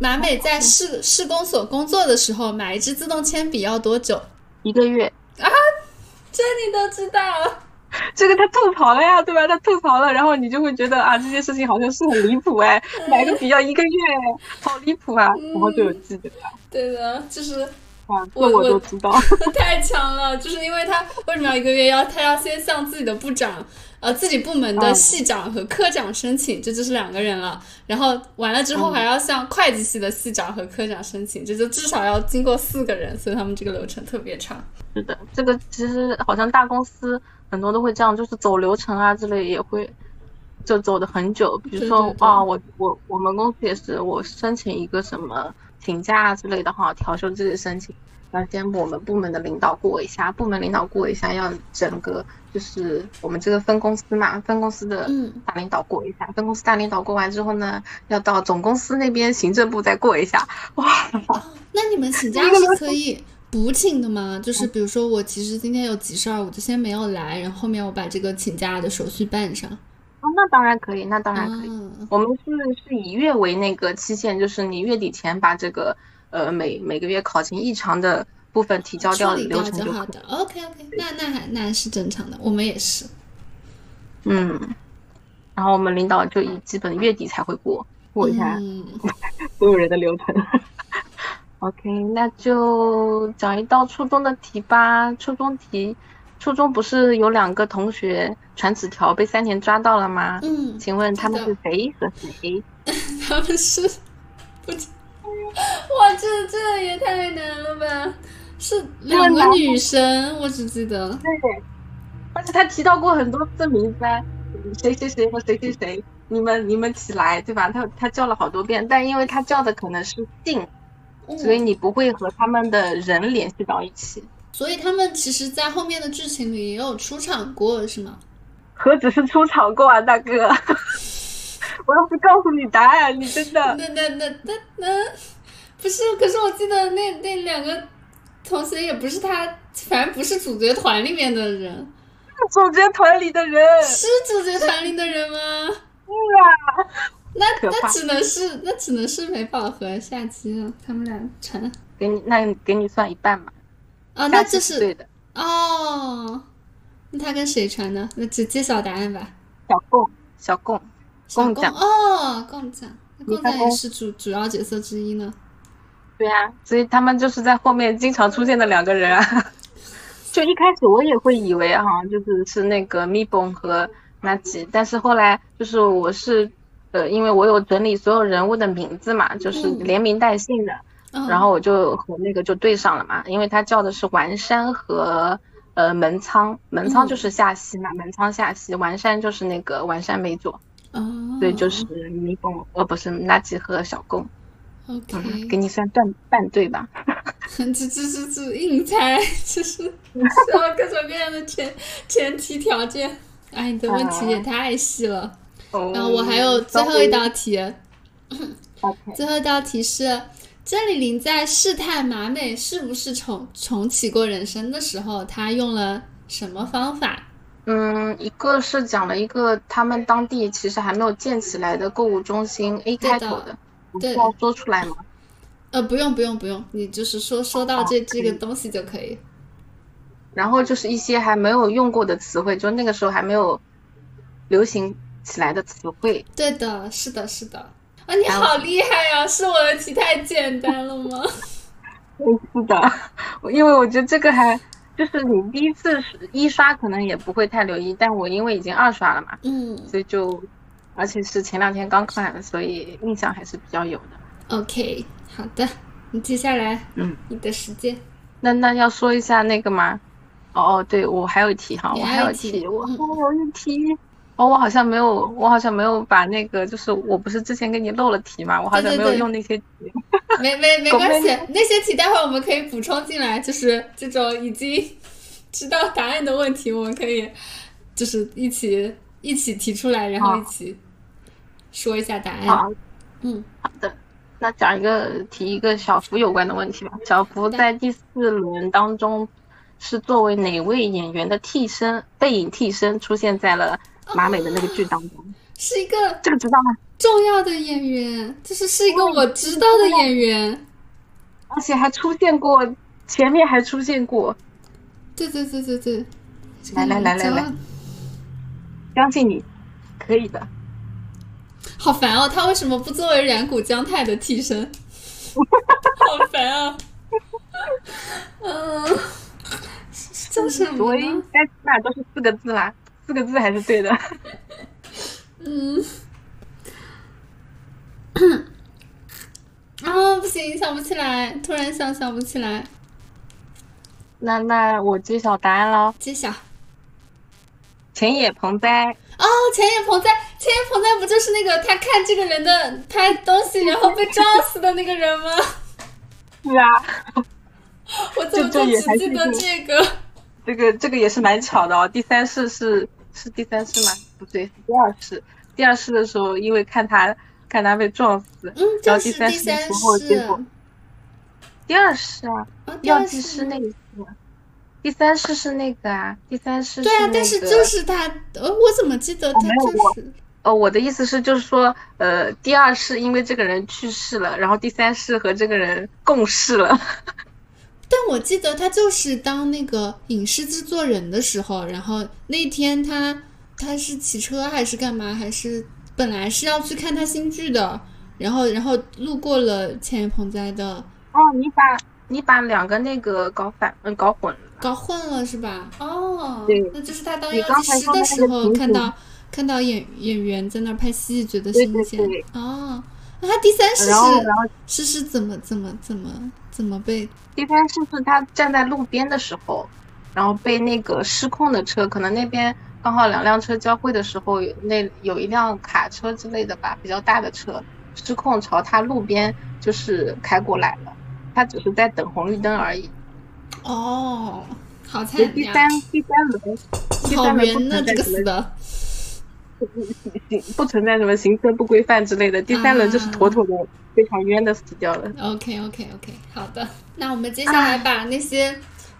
Speaker 2: 马美在市市公所工作的时候，买一支自动铅笔要多久？
Speaker 1: 一个月，
Speaker 2: 这你都知道？
Speaker 1: 这个他吐槽了呀，对吧？他吐槽了，然后你就会觉得啊，这件事情好像是很离谱哎，买个笔要一个月，好离谱啊，然后就有记得了，
Speaker 2: 对的，就是 (laughs)
Speaker 1: 啊，这
Speaker 2: 我
Speaker 1: 我
Speaker 2: 我
Speaker 1: 都知道，
Speaker 2: 太强了，就是因为他为什么要一个月要他要先向自己的部长，呃，自己部门的
Speaker 1: 嗯
Speaker 2: 系长和科长申请，这就是两个人了。然后完了之后
Speaker 1: 嗯
Speaker 2: 还要向会计系的系长和科长申请，这就至少要经过四个人，所以他们这个流程特别长。
Speaker 1: 是的，这个其实好像大公司很多都会这样，就是走流程啊之类也会，就走的很久。比如说
Speaker 2: 对对对
Speaker 1: 啊，我我我们公司也是，我申请一个什么请假啊之类的哈，调休这个申请，要先我们部门的领导过一下，部门领导过一下，要整个就是我们这个分公司嘛，分公司的
Speaker 2: 嗯
Speaker 1: 大领导过一下，分公司大领导过完之后呢，要到总公司那边行政部再过一下，哇，
Speaker 2: 那你们请假
Speaker 1: 这个
Speaker 2: 是可以补请的吗？就是
Speaker 1: 哦
Speaker 2: 比如说我其实今天有急事儿，我就先没有来，然后后面我把这个请假的手续办上。
Speaker 1: 哦那当然可以，那当然可以。
Speaker 2: 嗯
Speaker 1: 我们是是以月为那个期限，就是你月底前把这个呃每每个月考勤异常的部分提交
Speaker 2: 处
Speaker 1: 掉，
Speaker 2: 理
Speaker 1: 流
Speaker 2: 掉
Speaker 1: 程
Speaker 2: 就
Speaker 1: 就
Speaker 2: 啊好
Speaker 1: 可以。
Speaker 2: 的。OK OK，那那还那还是正常的，我们也是。
Speaker 1: 嗯，然后我们领导就以基本月底才会过过一下
Speaker 2: 嗯，
Speaker 1: 所有人的流程。OK，那就讲一道初中的题吧。初中题，初中不是有两个同学传纸条被三田抓到了吗？
Speaker 2: 嗯，
Speaker 1: 请问他们
Speaker 2: 是的
Speaker 1: 是谁和谁？
Speaker 2: 他们是不知，哇，这这也太难了吧？是两个女生，我只记得
Speaker 1: 对，而且他提到过很多次名字啊，谁谁谁和谁谁谁，你们你们起来，对吧？他他叫了好多遍，但因为他叫的可能是姓，
Speaker 2: 嗯
Speaker 1: 所以你不会和他们的人联系到一起。
Speaker 2: 所以他们其实，在后面的剧情里也有出场过，是吗？
Speaker 1: 何止是出场过啊，大哥！ (laughs) 我要是告诉你答案，你真的
Speaker 2: 那那那那那，不是？可是我记得那那两个同学也不是他，反正不是主角团里面的人，
Speaker 1: 主角团里的人，
Speaker 2: 是主角团里的人吗？那
Speaker 1: 啊可怕
Speaker 2: 那只能是那只能是美宝和夏姬了，他们俩传
Speaker 1: 给你那给你算一半嘛，
Speaker 2: 啊，那
Speaker 1: 下次
Speaker 2: 就是是
Speaker 1: 对的。
Speaker 2: 哦，那他跟谁传的？那只揭晓答案吧。
Speaker 1: 小贡，小贡，
Speaker 2: 小
Speaker 1: 贡
Speaker 2: 贡
Speaker 1: 酱
Speaker 2: 哦，贡酱，那
Speaker 1: 你
Speaker 2: 贡酱
Speaker 1: 看
Speaker 2: 也
Speaker 1: 哦
Speaker 2: 是主主要角色之一呢。
Speaker 1: 对啊，所以他们就是在后面经常出现的两个人啊。
Speaker 2: (laughs)
Speaker 1: 就一开始我也会以为哈、就是是那个 m i b o n 和 m a g i 但是后来就是我是，呃，因为我有整理所有人物的名字嘛，就是
Speaker 2: 嗯
Speaker 1: 连名带姓的，
Speaker 2: 嗯，
Speaker 1: 然后我就和那个就对上了嘛，因为他叫的是丸山和呃门仓，门
Speaker 2: 嗯
Speaker 1: 仓就是夏希嘛，门仓夏希，丸山就是那个丸山美佐，
Speaker 2: 哦，
Speaker 1: 对，就是 m i b o n 呃不是 m a g i 和小贡，
Speaker 2: OK，
Speaker 1: 嗯，给你算半半对吧？
Speaker 2: (laughs) 这这这这硬猜， (laughs) 就是需要各种各样的前前提条件。哎，你的问题也太细了。
Speaker 1: 哦
Speaker 2: 然后我还有最后一道题，
Speaker 1: OK，
Speaker 2: 最后一道题是：这里林在试探马美是不是重重启过人生的时候，他用了什么方法？
Speaker 1: 嗯，一个是讲了一个他们当地其实还没有建起来的购物中心，A
Speaker 2: 对
Speaker 1: 开
Speaker 2: 的
Speaker 1: 头的，我
Speaker 2: 对
Speaker 1: 需要说出来吗？
Speaker 2: 呃，不用不用不用，你就是说说到这这个东西就可以。
Speaker 1: 然后就是一些还没有用过的词汇，就那个时候还没有流行起来的词汇。
Speaker 2: 对的，是的，是的。啊，你好厉害呀、是我的题太简单了吗？
Speaker 1: 是的，我因为我觉得这个还就是你第一次是一刷可能也不会太留意，但我因为已经二刷了嘛，
Speaker 2: (laughs) 嗯
Speaker 1: 所以就而且是前两天刚看的，所以印象还是比较有的。
Speaker 2: ，OK，好的，你接下来，
Speaker 1: 嗯，
Speaker 2: 你的时间，
Speaker 1: 那那要说一下那个吗？哦哦，对，我还有一题哈，
Speaker 2: 你
Speaker 1: 我
Speaker 2: 还
Speaker 1: 还
Speaker 2: 有
Speaker 1: 有
Speaker 2: 一题
Speaker 1: 题，我
Speaker 2: 嗯
Speaker 1: 还有一题。哦，我好像没有，我好像没有把那个，就是我不是之前给你漏了题嘛，我好
Speaker 2: 对
Speaker 1: 像
Speaker 2: 对
Speaker 1: 没有
Speaker 2: 对嗯
Speaker 1: 用那些题。
Speaker 2: 没没没
Speaker 1: 狗
Speaker 2: 关系
Speaker 1: 妹，
Speaker 2: 那些题待会儿我们可以补充进来，就是这种已经知道答案的问题，我们可以就是一起一起提出来，然后
Speaker 1: 好
Speaker 2: 一起说一下答案。
Speaker 1: 好，
Speaker 2: 嗯，
Speaker 1: 那讲一个提一个小福有关的问题吧。小福
Speaker 2: 的
Speaker 1: 在第四轮当中是作为哪位演员的替身、背影替身出现在了
Speaker 2: 哦
Speaker 1: 马美的那个剧当中？
Speaker 2: 是一个
Speaker 1: 这个知道吗？
Speaker 2: 重要的演员，就是是一个
Speaker 1: 哦
Speaker 2: 我知道的演员。
Speaker 1: 而且还出现过，前面还出现过，
Speaker 2: 对对对对对，这个
Speaker 1: 来来
Speaker 2: 演
Speaker 1: 来
Speaker 2: 员
Speaker 1: 来
Speaker 2: 叫
Speaker 1: 来相信你，可以的。
Speaker 2: 好烦哦！他为什么不作为染谷将太的替身？
Speaker 1: (laughs)
Speaker 2: 好烦啊！嗯，是叫什么
Speaker 1: 所以
Speaker 2: 呢？
Speaker 1: 该起码都是四个字啦，四个字还是对的。 (laughs)
Speaker 2: 嗯，啊、不行，想不起来，突然想想不起来。
Speaker 1: 那那我揭晓答案喽，
Speaker 2: 揭晓
Speaker 1: 前野朋哉。
Speaker 2: 哦，钱野鹏在，钱野鹏在不就是那个他看这个人的拍东西，然后被撞死的那个人吗？
Speaker 1: 是啊，
Speaker 2: 我怎
Speaker 1: 这
Speaker 2: 么就
Speaker 1: 这也
Speaker 2: 只
Speaker 1: 还
Speaker 2: 记
Speaker 1: 是
Speaker 2: 得
Speaker 1: 一个
Speaker 2: 这个？
Speaker 1: 这个这个也是蛮巧的哦。第三世是是第三世吗？不对，是第二世。第二世的时候，因为看他看他被撞死，
Speaker 2: 嗯，
Speaker 1: 然
Speaker 2: 就
Speaker 1: 后第
Speaker 2: 是
Speaker 1: 三
Speaker 2: 第
Speaker 1: 世的
Speaker 2: 三
Speaker 1: 时候，结
Speaker 2: 世。
Speaker 1: 果第二世啊，
Speaker 2: 啊，第
Speaker 1: 药
Speaker 2: 二
Speaker 1: 剂师
Speaker 2: 世
Speaker 1: 那一世啊，第三世是那个啊，第三世
Speaker 2: 对
Speaker 1: 那
Speaker 2: 啊，
Speaker 1: 个。
Speaker 2: 但是就是他，呃，我怎么记得他
Speaker 1: 没有
Speaker 2: 就
Speaker 1: 过
Speaker 2: 是
Speaker 1: 哦，我的意思是，就是说，呃，第二世因为这个人去世了，然后第三世和这个人共事了。
Speaker 2: 但我记得他就是当那个影视制作人的时候，然后那天他他是骑车还是干嘛，还是本来是要去看他新剧的，然后然后路过了千叶鹏哉的，
Speaker 1: 哦，你把你把两个那个搞反，嗯，搞混了。
Speaker 2: 搞混了是吧？哦
Speaker 1: 对，
Speaker 2: 那就是他当
Speaker 1: 你
Speaker 2: 药
Speaker 1: 刚
Speaker 2: 剂
Speaker 1: 才
Speaker 2: 师
Speaker 1: 说
Speaker 2: 的
Speaker 1: 的
Speaker 2: 时
Speaker 1: 那个
Speaker 2: 候
Speaker 1: 情
Speaker 2: 看
Speaker 1: 景
Speaker 2: 到看到演演员在那儿拍戏，觉得
Speaker 1: 对
Speaker 2: 新
Speaker 1: 对
Speaker 2: 鲜
Speaker 1: 对
Speaker 2: 哦。那他第三世
Speaker 1: 然后，
Speaker 2: 是
Speaker 1: 然后
Speaker 2: 是是怎么怎么怎么怎么被
Speaker 1: 第三世是他站在路边的时候，然后被那个失控的车，可能那边刚好两辆车交汇的时候，有那有一辆卡车之类的吧，比较大的车失控朝他路边就是开过来了，他只是在等红绿灯而已。
Speaker 2: 哦，好惨
Speaker 1: 所以
Speaker 2: 呀！
Speaker 1: 第三第三轮，第
Speaker 2: 好
Speaker 1: 三轮不
Speaker 2: 圆呢，
Speaker 1: 存
Speaker 2: 这
Speaker 1: 在
Speaker 2: 个
Speaker 1: 什
Speaker 2: 死
Speaker 1: 么
Speaker 2: 的。
Speaker 1: 行不存在什么行车不规范之类的，第三轮就是妥妥的非常冤的死掉了。
Speaker 2: OK OK OK，好的。那我们接下来把那些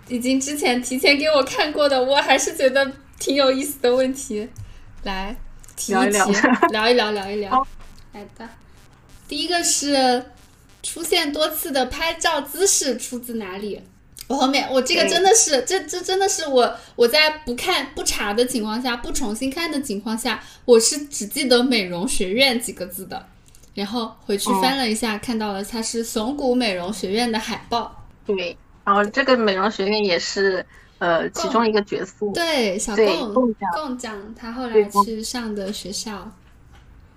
Speaker 2: 已经之前提前给我看过的，我还是觉得挺有意思的问题，来提
Speaker 1: 聊
Speaker 2: 一
Speaker 1: 一
Speaker 2: 提，
Speaker 1: 聊
Speaker 2: (laughs) 聊一聊，聊一聊
Speaker 1: 好。
Speaker 2: 来的，第一个是出现多次的拍照姿势出自哪里？我后面我这个
Speaker 1: 对
Speaker 2: 真的是，这这真的是我我在不看不查的情况下，不重新看的情况下，我是只记得美容学院几个字的，然后回去翻了一下，看到了它是怂谷美容学院的海
Speaker 1: 哦
Speaker 2: 报，
Speaker 1: 对，然后这个美容学院也是呃其中一个角色，
Speaker 2: 对，小
Speaker 1: 对
Speaker 2: 贡
Speaker 1: 贡奖，
Speaker 2: 贡奖，他后
Speaker 1: 对
Speaker 2: 来
Speaker 1: 贡
Speaker 2: 去上的学校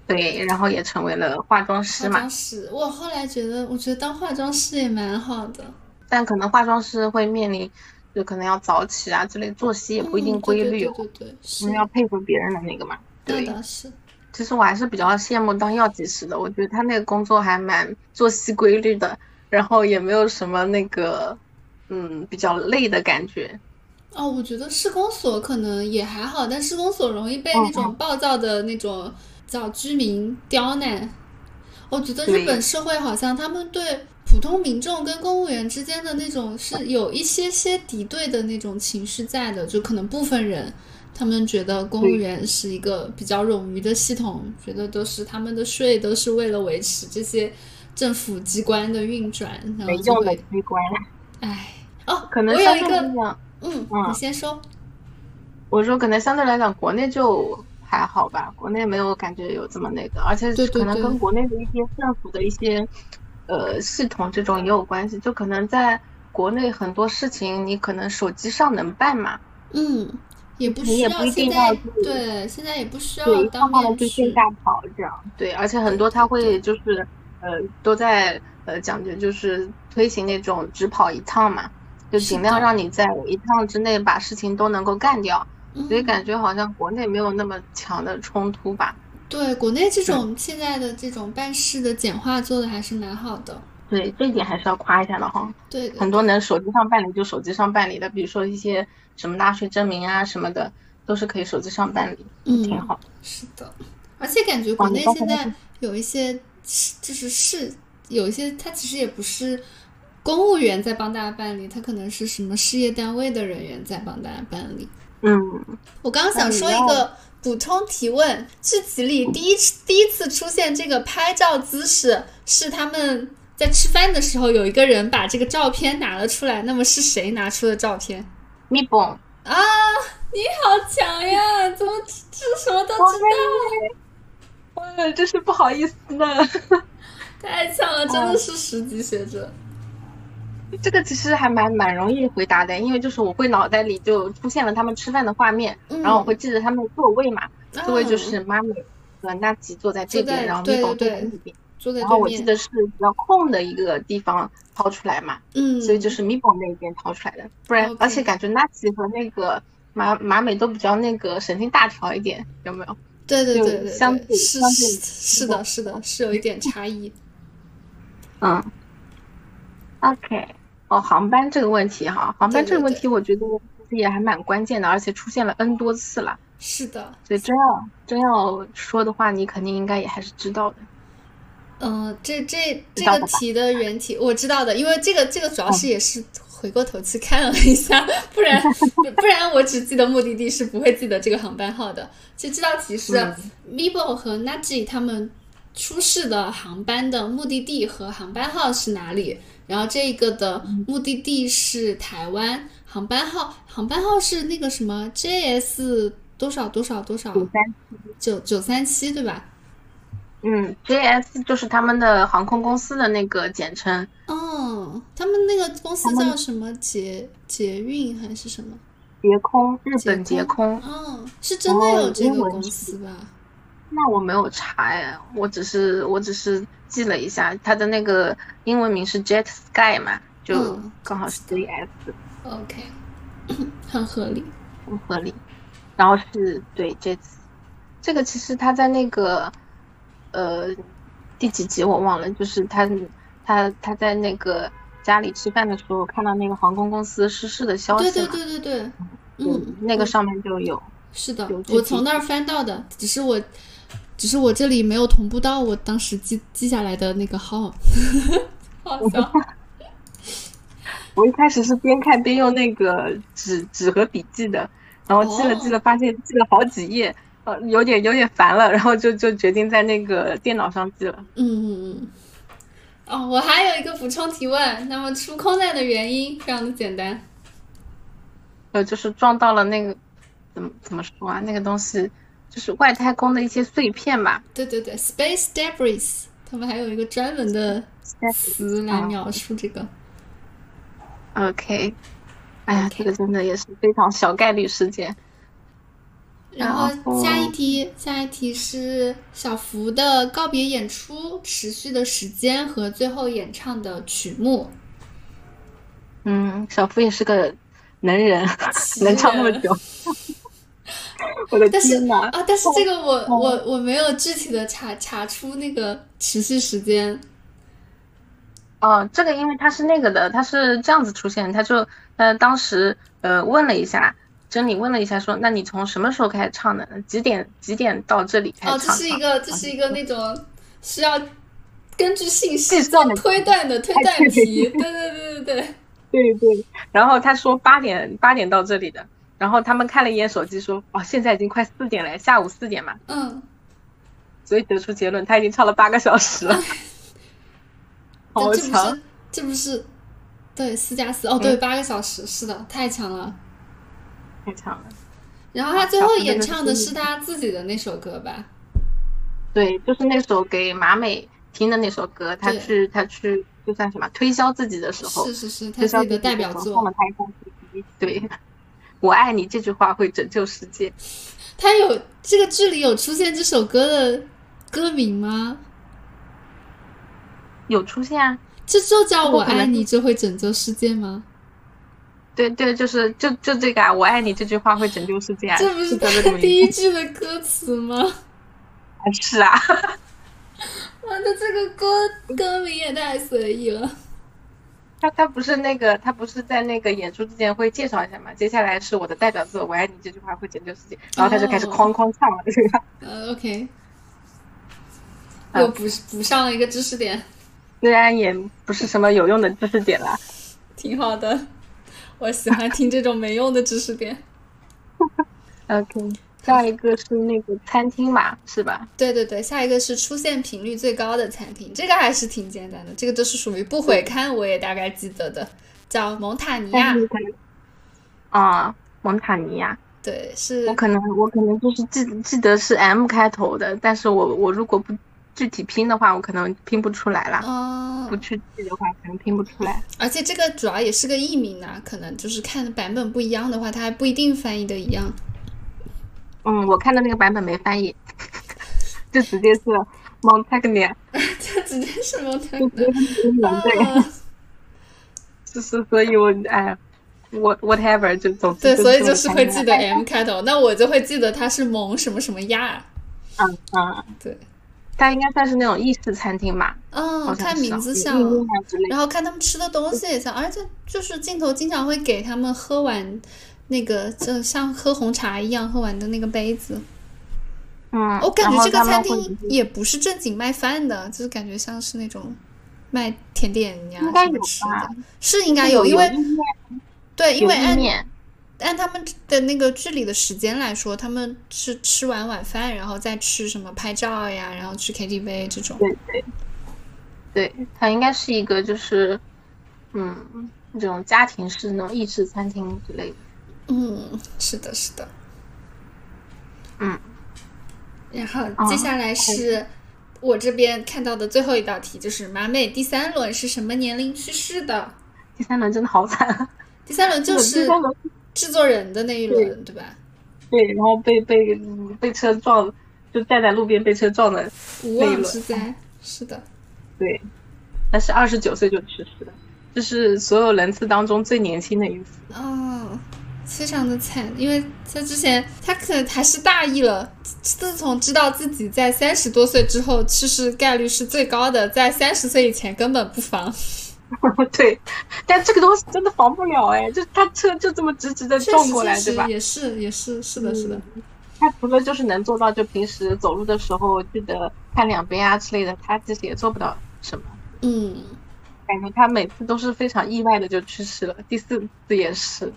Speaker 1: 对，然后也成为了化妆
Speaker 2: 化
Speaker 1: 师嘛。
Speaker 2: 妆师，我后来觉得，我觉得当化妆师也蛮好的，
Speaker 1: 但可能化妆师会面临，就可能要早起啊之类，作息也不一定
Speaker 2: 嗯
Speaker 1: 规律
Speaker 2: 对
Speaker 1: 哦，
Speaker 2: 对对对对，
Speaker 1: 因
Speaker 2: 是
Speaker 1: 为，要配合别人的那个嘛。
Speaker 2: 那
Speaker 1: 对，
Speaker 2: 倒是。
Speaker 1: 其实我还是比较羡慕当药剂师的，我觉得他那个工作还蛮作息规律的，然后也没有什么那个嗯比较累的感觉。
Speaker 2: 哦，我觉得市公所可能也还好，但市公所容易被
Speaker 1: 哦
Speaker 2: 那种暴躁的那种小居民刁难。我觉得日本社会好像他们对普通民众跟公务员之间的那种是有一些些敌对的那种情绪在的，就可能部分人他们觉得公务员是一个比较冗余的系统，觉得都是他们的税都是为了维持这些政府机关的运转，然
Speaker 1: 没
Speaker 2: 后就
Speaker 1: 用的
Speaker 2: 会
Speaker 1: 机关，
Speaker 2: 唉哦，
Speaker 1: 可能
Speaker 2: 我有
Speaker 1: 相
Speaker 2: 一
Speaker 1: 对
Speaker 2: 个
Speaker 1: 来讲，
Speaker 2: 嗯，
Speaker 1: 嗯
Speaker 2: 你先说。
Speaker 1: 我说可能相对来讲，国内就还好吧，国内没有感觉有这么那个，而且
Speaker 2: 对对
Speaker 1: 可能
Speaker 2: 对
Speaker 1: 跟国内的一些政府的一些呃系统这种也有关系，就可能在国内很多事情你可能手机上能办嘛，
Speaker 2: 嗯，也不
Speaker 1: 你
Speaker 2: 需
Speaker 1: 也
Speaker 2: 要
Speaker 1: 不一
Speaker 2: 现
Speaker 1: 定
Speaker 2: 在
Speaker 1: 要就是
Speaker 2: 对，现在也不需要
Speaker 1: 对，
Speaker 2: 当
Speaker 1: 放到了
Speaker 2: 面
Speaker 1: 最
Speaker 2: 去
Speaker 1: 近。大潮这样。对，而且很多他会就是呃都在呃讲究就是推行那种只跑一趟嘛，就是尽
Speaker 2: 的
Speaker 1: 量让你在一趟之内把事情都能够干掉，
Speaker 2: 嗯
Speaker 1: 所以感觉好像国内没有那么强的冲突吧。
Speaker 2: 对国内这种现在的这种办事的简化做的还是蛮好的。
Speaker 1: 对，这一点还是要夸一下的哈。
Speaker 2: 对的，
Speaker 1: 很多能手机上办理就手机上办理的，比如说一些什么纳税证明啊什么的，都是可以手机上办理，
Speaker 2: 嗯
Speaker 1: 挺好。
Speaker 2: 是的，而且感觉国内
Speaker 1: 哦你
Speaker 2: 现
Speaker 1: 刚才
Speaker 2: 在有一些是就是是有一些，它其实也不是公务员在帮大家办理，它可能是什么事业单位的人员在帮大家办理。
Speaker 1: 嗯，
Speaker 2: 我刚刚想说一个补充提问，剧集里第一次第一次出现这个拍照姿势，是他们在吃饭的时候有一个人把这个照片拿了出来，那么是谁拿出的照片？
Speaker 1: 米本，
Speaker 2: 啊，你好强呀！怎么这这什么都知道？
Speaker 1: 哎，真是不好意思呢。
Speaker 2: 太强了，真的是十级学者。
Speaker 1: (laughs) 这个其实还蛮蛮容易回答的，因为就是我会脑袋里就出现了他们吃饭的画面，
Speaker 2: 嗯
Speaker 1: 然后我会记得他们的座位嘛，
Speaker 2: 啊
Speaker 1: 座位就是妈咪和纳吉嗯坐在这
Speaker 2: 坐在
Speaker 1: 边，然后
Speaker 2: 对
Speaker 1: 米本
Speaker 2: 对
Speaker 1: 坐在
Speaker 2: 对
Speaker 1: 那边，
Speaker 2: 坐在
Speaker 1: 然后
Speaker 2: 对
Speaker 1: 我记
Speaker 2: 面，
Speaker 1: 得是比较空的一个地方掏出来嘛，
Speaker 2: 嗯，
Speaker 1: 所以就是米宝那边掏出来的，不然
Speaker 2: OK
Speaker 1: 而且感觉纳奇和那个马马美都比较那个神经大条一点，有没有？
Speaker 2: 对对
Speaker 1: 就
Speaker 2: 对对
Speaker 1: 相
Speaker 2: 对，
Speaker 1: 对
Speaker 2: 是
Speaker 1: 相
Speaker 2: 是
Speaker 1: 对
Speaker 2: 是的，是的，是有一点差异。
Speaker 1: 嗯，OK，哦，航班这个问题哈，航班
Speaker 2: 对对
Speaker 1: 这个问题我觉得其实也还蛮关键的，而且出现了 N 多次了，
Speaker 2: 是的，
Speaker 1: 所以真要真要说的话，你肯定应该也还是知道的。
Speaker 2: 嗯，这这这
Speaker 1: 知道
Speaker 2: 个
Speaker 1: 的吧嗯
Speaker 2: 题的原题我知道的，因为这个这个主要是也是回过头去看了一下， (laughs) 不然
Speaker 1: (laughs)
Speaker 2: 不然我只记得目的地是不会记得这个航班号的。其实这道题是、
Speaker 1: 嗯
Speaker 2: Vivo 和 Naji 他们出事的航班的目的地和航班号是哪里，然后这个的
Speaker 1: 嗯
Speaker 2: 目的地是台湾，航班号航班号是那个什么 JS 多少多少多少
Speaker 1: 九三，
Speaker 2: 九九三七对吧？
Speaker 1: 嗯，JS 就是他们的航空公司的那个简称，
Speaker 2: 哦，他们那个公司
Speaker 1: 他们
Speaker 2: 叫什么捷捷运还是什么？
Speaker 1: 捷空，日本
Speaker 2: 捷
Speaker 1: 捷空。
Speaker 2: 哦，是真的有这个公司吧？
Speaker 1: 那我没有查哎，我只是我只是记了一下，它的那个英文名是 Jet Sky 嘛，就
Speaker 2: 嗯
Speaker 1: 刚好是 JS，
Speaker 2: OK，很合理。
Speaker 1: 很合理。然后是对 Jet，这个其实它在那个呃第几集我忘了，就是他他他在那个家里吃饭的时候看到那个航空公司失事的消息
Speaker 2: 对
Speaker 1: 嘛，
Speaker 2: 对对对对，
Speaker 1: 嗯
Speaker 2: 嗯，，
Speaker 1: 那个上面就有，
Speaker 2: 是的
Speaker 1: 有，这
Speaker 2: 我
Speaker 1: 几
Speaker 2: 从那儿翻到的，只是我，只是我这里没有同步到我当时记记下来的那个号。 (laughs) 好笑，
Speaker 1: 我一开始是边看边用那个纸纸和笔记的，然后记了
Speaker 2: 哦
Speaker 1: 记了，发现记了好几页，呃，有点有点烦了，然后就就决定在那个电脑上记了。
Speaker 2: 嗯嗯嗯。哦，我还有一个补充提问，那么出空难的原因非常的简单，
Speaker 1: 呃，就是撞到了那个，怎么怎么说啊？那个东西就是外太空的一些碎片吧。
Speaker 2: 对对对，space debris，他们还有一个专门的词
Speaker 1: 啊
Speaker 2: 来描述这个。
Speaker 1: OK，哎呀
Speaker 2: OK
Speaker 1: 这个真的也是非常小概率事件。
Speaker 2: 然后下一题，下一题是小福的告别演出持续的时间和最后演唱的曲目。
Speaker 1: 嗯，小夫也是个能人，能唱那么久。 (laughs) 我的
Speaker 2: 啊但是
Speaker 1: 天呐，
Speaker 2: 啊，但是这个我
Speaker 1: 哦
Speaker 2: 我我没有具体的查查出那个持续时间，
Speaker 1: 哦，这个因为他是那个的，他是这样子出现，他就呃当时呃问了一下，珍妮问了一下说，那你从什么时候开始唱的？几点几点到这里开
Speaker 2: 哦，
Speaker 1: 始
Speaker 2: 这
Speaker 1: 唱？
Speaker 2: 是一个，这是一个那种需要根据信息
Speaker 1: 计算的
Speaker 2: 推断的推断
Speaker 1: 哎对对
Speaker 2: 题，对对对对对。
Speaker 1: 对对。然后他说八点八点到这里的，然后他们看了一眼手机说，哦，现在已经快四点了，下午四点嘛，
Speaker 2: 嗯，
Speaker 1: 所以得出结论，他已经唱了八个小时
Speaker 2: (laughs)
Speaker 1: 了，
Speaker 2: 但
Speaker 1: 好
Speaker 2: 这不
Speaker 1: 长嗯
Speaker 2: 是。这不是对四加四哦，对八个小时，是的，太强了。
Speaker 1: 太长了。
Speaker 2: 然后他最后
Speaker 1: 小时
Speaker 2: 演
Speaker 1: 那个
Speaker 2: 唱的
Speaker 1: 是
Speaker 2: 是他自己的那首歌吧？
Speaker 1: 对，就是那首给马美听的那首歌，他
Speaker 2: 对
Speaker 1: 去他去就算什么推销自己的时候，
Speaker 2: 是是是，他
Speaker 1: 推
Speaker 2: 自
Speaker 1: 销
Speaker 2: 己的代表
Speaker 1: 放
Speaker 2: 作
Speaker 1: 了。他一张 CD，对。我爱你这句话会拯救世界，
Speaker 2: 他有这个剧里有出现这首歌的歌名吗？
Speaker 1: 有出现啊？
Speaker 2: 这就叫我
Speaker 1: 不可能
Speaker 2: 爱你，就会拯救世界吗？
Speaker 1: 对对，就是就就这个啊！我爱你这句话会拯救世界啊！
Speaker 2: 这不是
Speaker 1: 咱们
Speaker 2: 他
Speaker 1: 的
Speaker 2: 第一句的歌词吗？
Speaker 1: (laughs) 是啊，
Speaker 2: 哇，啊那这个歌歌名也太随意了。
Speaker 1: 他他不是那个，他不是在那个演出之前会介绍一下嘛？接下来是我的代表作《我爱你》这句话会拯救世界，然后他就开始
Speaker 2: 哦
Speaker 1: 哐哐唱了， (laughs) 对吧？
Speaker 2: 呃，OK，
Speaker 1: 啊
Speaker 2: 又补补上了一个知识点，
Speaker 1: 虽然也不是什么有用的知识点啦，
Speaker 2: 挺好的。我喜欢听这种没用的知识点。
Speaker 1: OK，下一个是那个餐厅嘛，是吧？
Speaker 2: 对对对，下一个是出现频率最高的餐厅，这个还是挺简单的，这个就是属于不悔看，我也大概记得的，叫嗯蒙塔尼亚
Speaker 1: 但。是可能啊，蒙塔尼亚，
Speaker 2: 对，是
Speaker 1: 我可能我可能就是记记得是 M 开头的，但是我我如果不具体拼的话，我可能拼不出来啦。
Speaker 2: 哦
Speaker 1: 不，去记的话，可能拼不出来。
Speaker 2: 而且这个主要也是个译名啊，可能就是看的版本不一样的话，它还不一定翻译的一 (laughs) 样。
Speaker 1: 嗯，我看的那个版本没翻译， (laughs) 就直接是蒙塔尼亚，
Speaker 2: 它直接是蒙塔尼哦
Speaker 1: 就直接是英文对，
Speaker 2: 亚。
Speaker 1: 就是所以我哎。我 whatever 就总之
Speaker 2: 对， (laughs) 所以
Speaker 1: 就
Speaker 2: 就是会记得 M 开头，那我就会记得它是蒙什么什么亚。
Speaker 1: 嗯嗯，
Speaker 2: 对，
Speaker 1: 它应该算是那种意式餐厅吧，
Speaker 2: 嗯，
Speaker 1: 好像
Speaker 2: 看
Speaker 1: 是
Speaker 2: 名
Speaker 1: 啊
Speaker 2: 字
Speaker 1: 嗯
Speaker 2: 像哦
Speaker 1: 印度
Speaker 2: 了，
Speaker 1: 啊之类的
Speaker 2: 然后看他们吃的东西也像，而且就是镜头经常会给他们喝完那个，就像喝红茶一样喝完的那个杯子。
Speaker 1: 嗯，
Speaker 2: 我感
Speaker 1: 然
Speaker 2: 觉
Speaker 1: 后
Speaker 2: 这个
Speaker 1: 他们
Speaker 2: 餐
Speaker 1: 会
Speaker 2: 厅也不是正经卖饭的，就是感觉像是那种卖甜点呀
Speaker 1: 应该
Speaker 2: 什么
Speaker 1: 有
Speaker 2: 吃
Speaker 1: 吧
Speaker 2: 的，是应该有，因为对，因为
Speaker 1: 有意
Speaker 2: 按
Speaker 1: 面，
Speaker 2: 按他们的那个距离的时间来说，他们是吃完晚饭，然后再去什么拍照呀，然后去 KTV 这种。
Speaker 1: 对对对，它应该是一个就是嗯那种家庭式那种意式餐厅之类的。
Speaker 2: 嗯，是的，是的。
Speaker 1: 嗯，
Speaker 2: 然后
Speaker 1: 哦
Speaker 2: 接下来是我这边看到的最后一道题，就是马美第三轮是什么年龄去世的？
Speaker 1: 第三轮真的好惨， (laughs)
Speaker 2: 第三轮就
Speaker 1: 我
Speaker 2: 是
Speaker 1: 第三轮
Speaker 2: 制作人的那一轮，对吧？
Speaker 1: 对，然后被被嗯被车撞，就站在路边被车撞的，
Speaker 2: 无
Speaker 1: 那一
Speaker 2: 妄
Speaker 1: 轮
Speaker 2: 之灾，是的。
Speaker 1: 对，他是二十九岁就去世的，这是所有人次当中最年轻的一次。 (laughs)
Speaker 2: 哦，非常的惨，因为他之前他可能还是大意了。自从知道自己在三十多岁之后去世概率是最高的，在三十岁以前根本不防。
Speaker 1: 对，但这个东西真的防不了哎，就他车就这么直直的
Speaker 2: 确
Speaker 1: 撞
Speaker 2: 实，
Speaker 1: 过来，
Speaker 2: 确
Speaker 1: 对
Speaker 2: 实
Speaker 1: 吧？
Speaker 2: 也是，也是，是的，
Speaker 1: 嗯
Speaker 2: 是的。
Speaker 1: 他除了就是能做到，就平时走路的时候记得看两边啊之类的，他其实也做不到什么。
Speaker 2: 嗯，
Speaker 1: 感觉他每次都是非常意外的就去世了，第四次也是。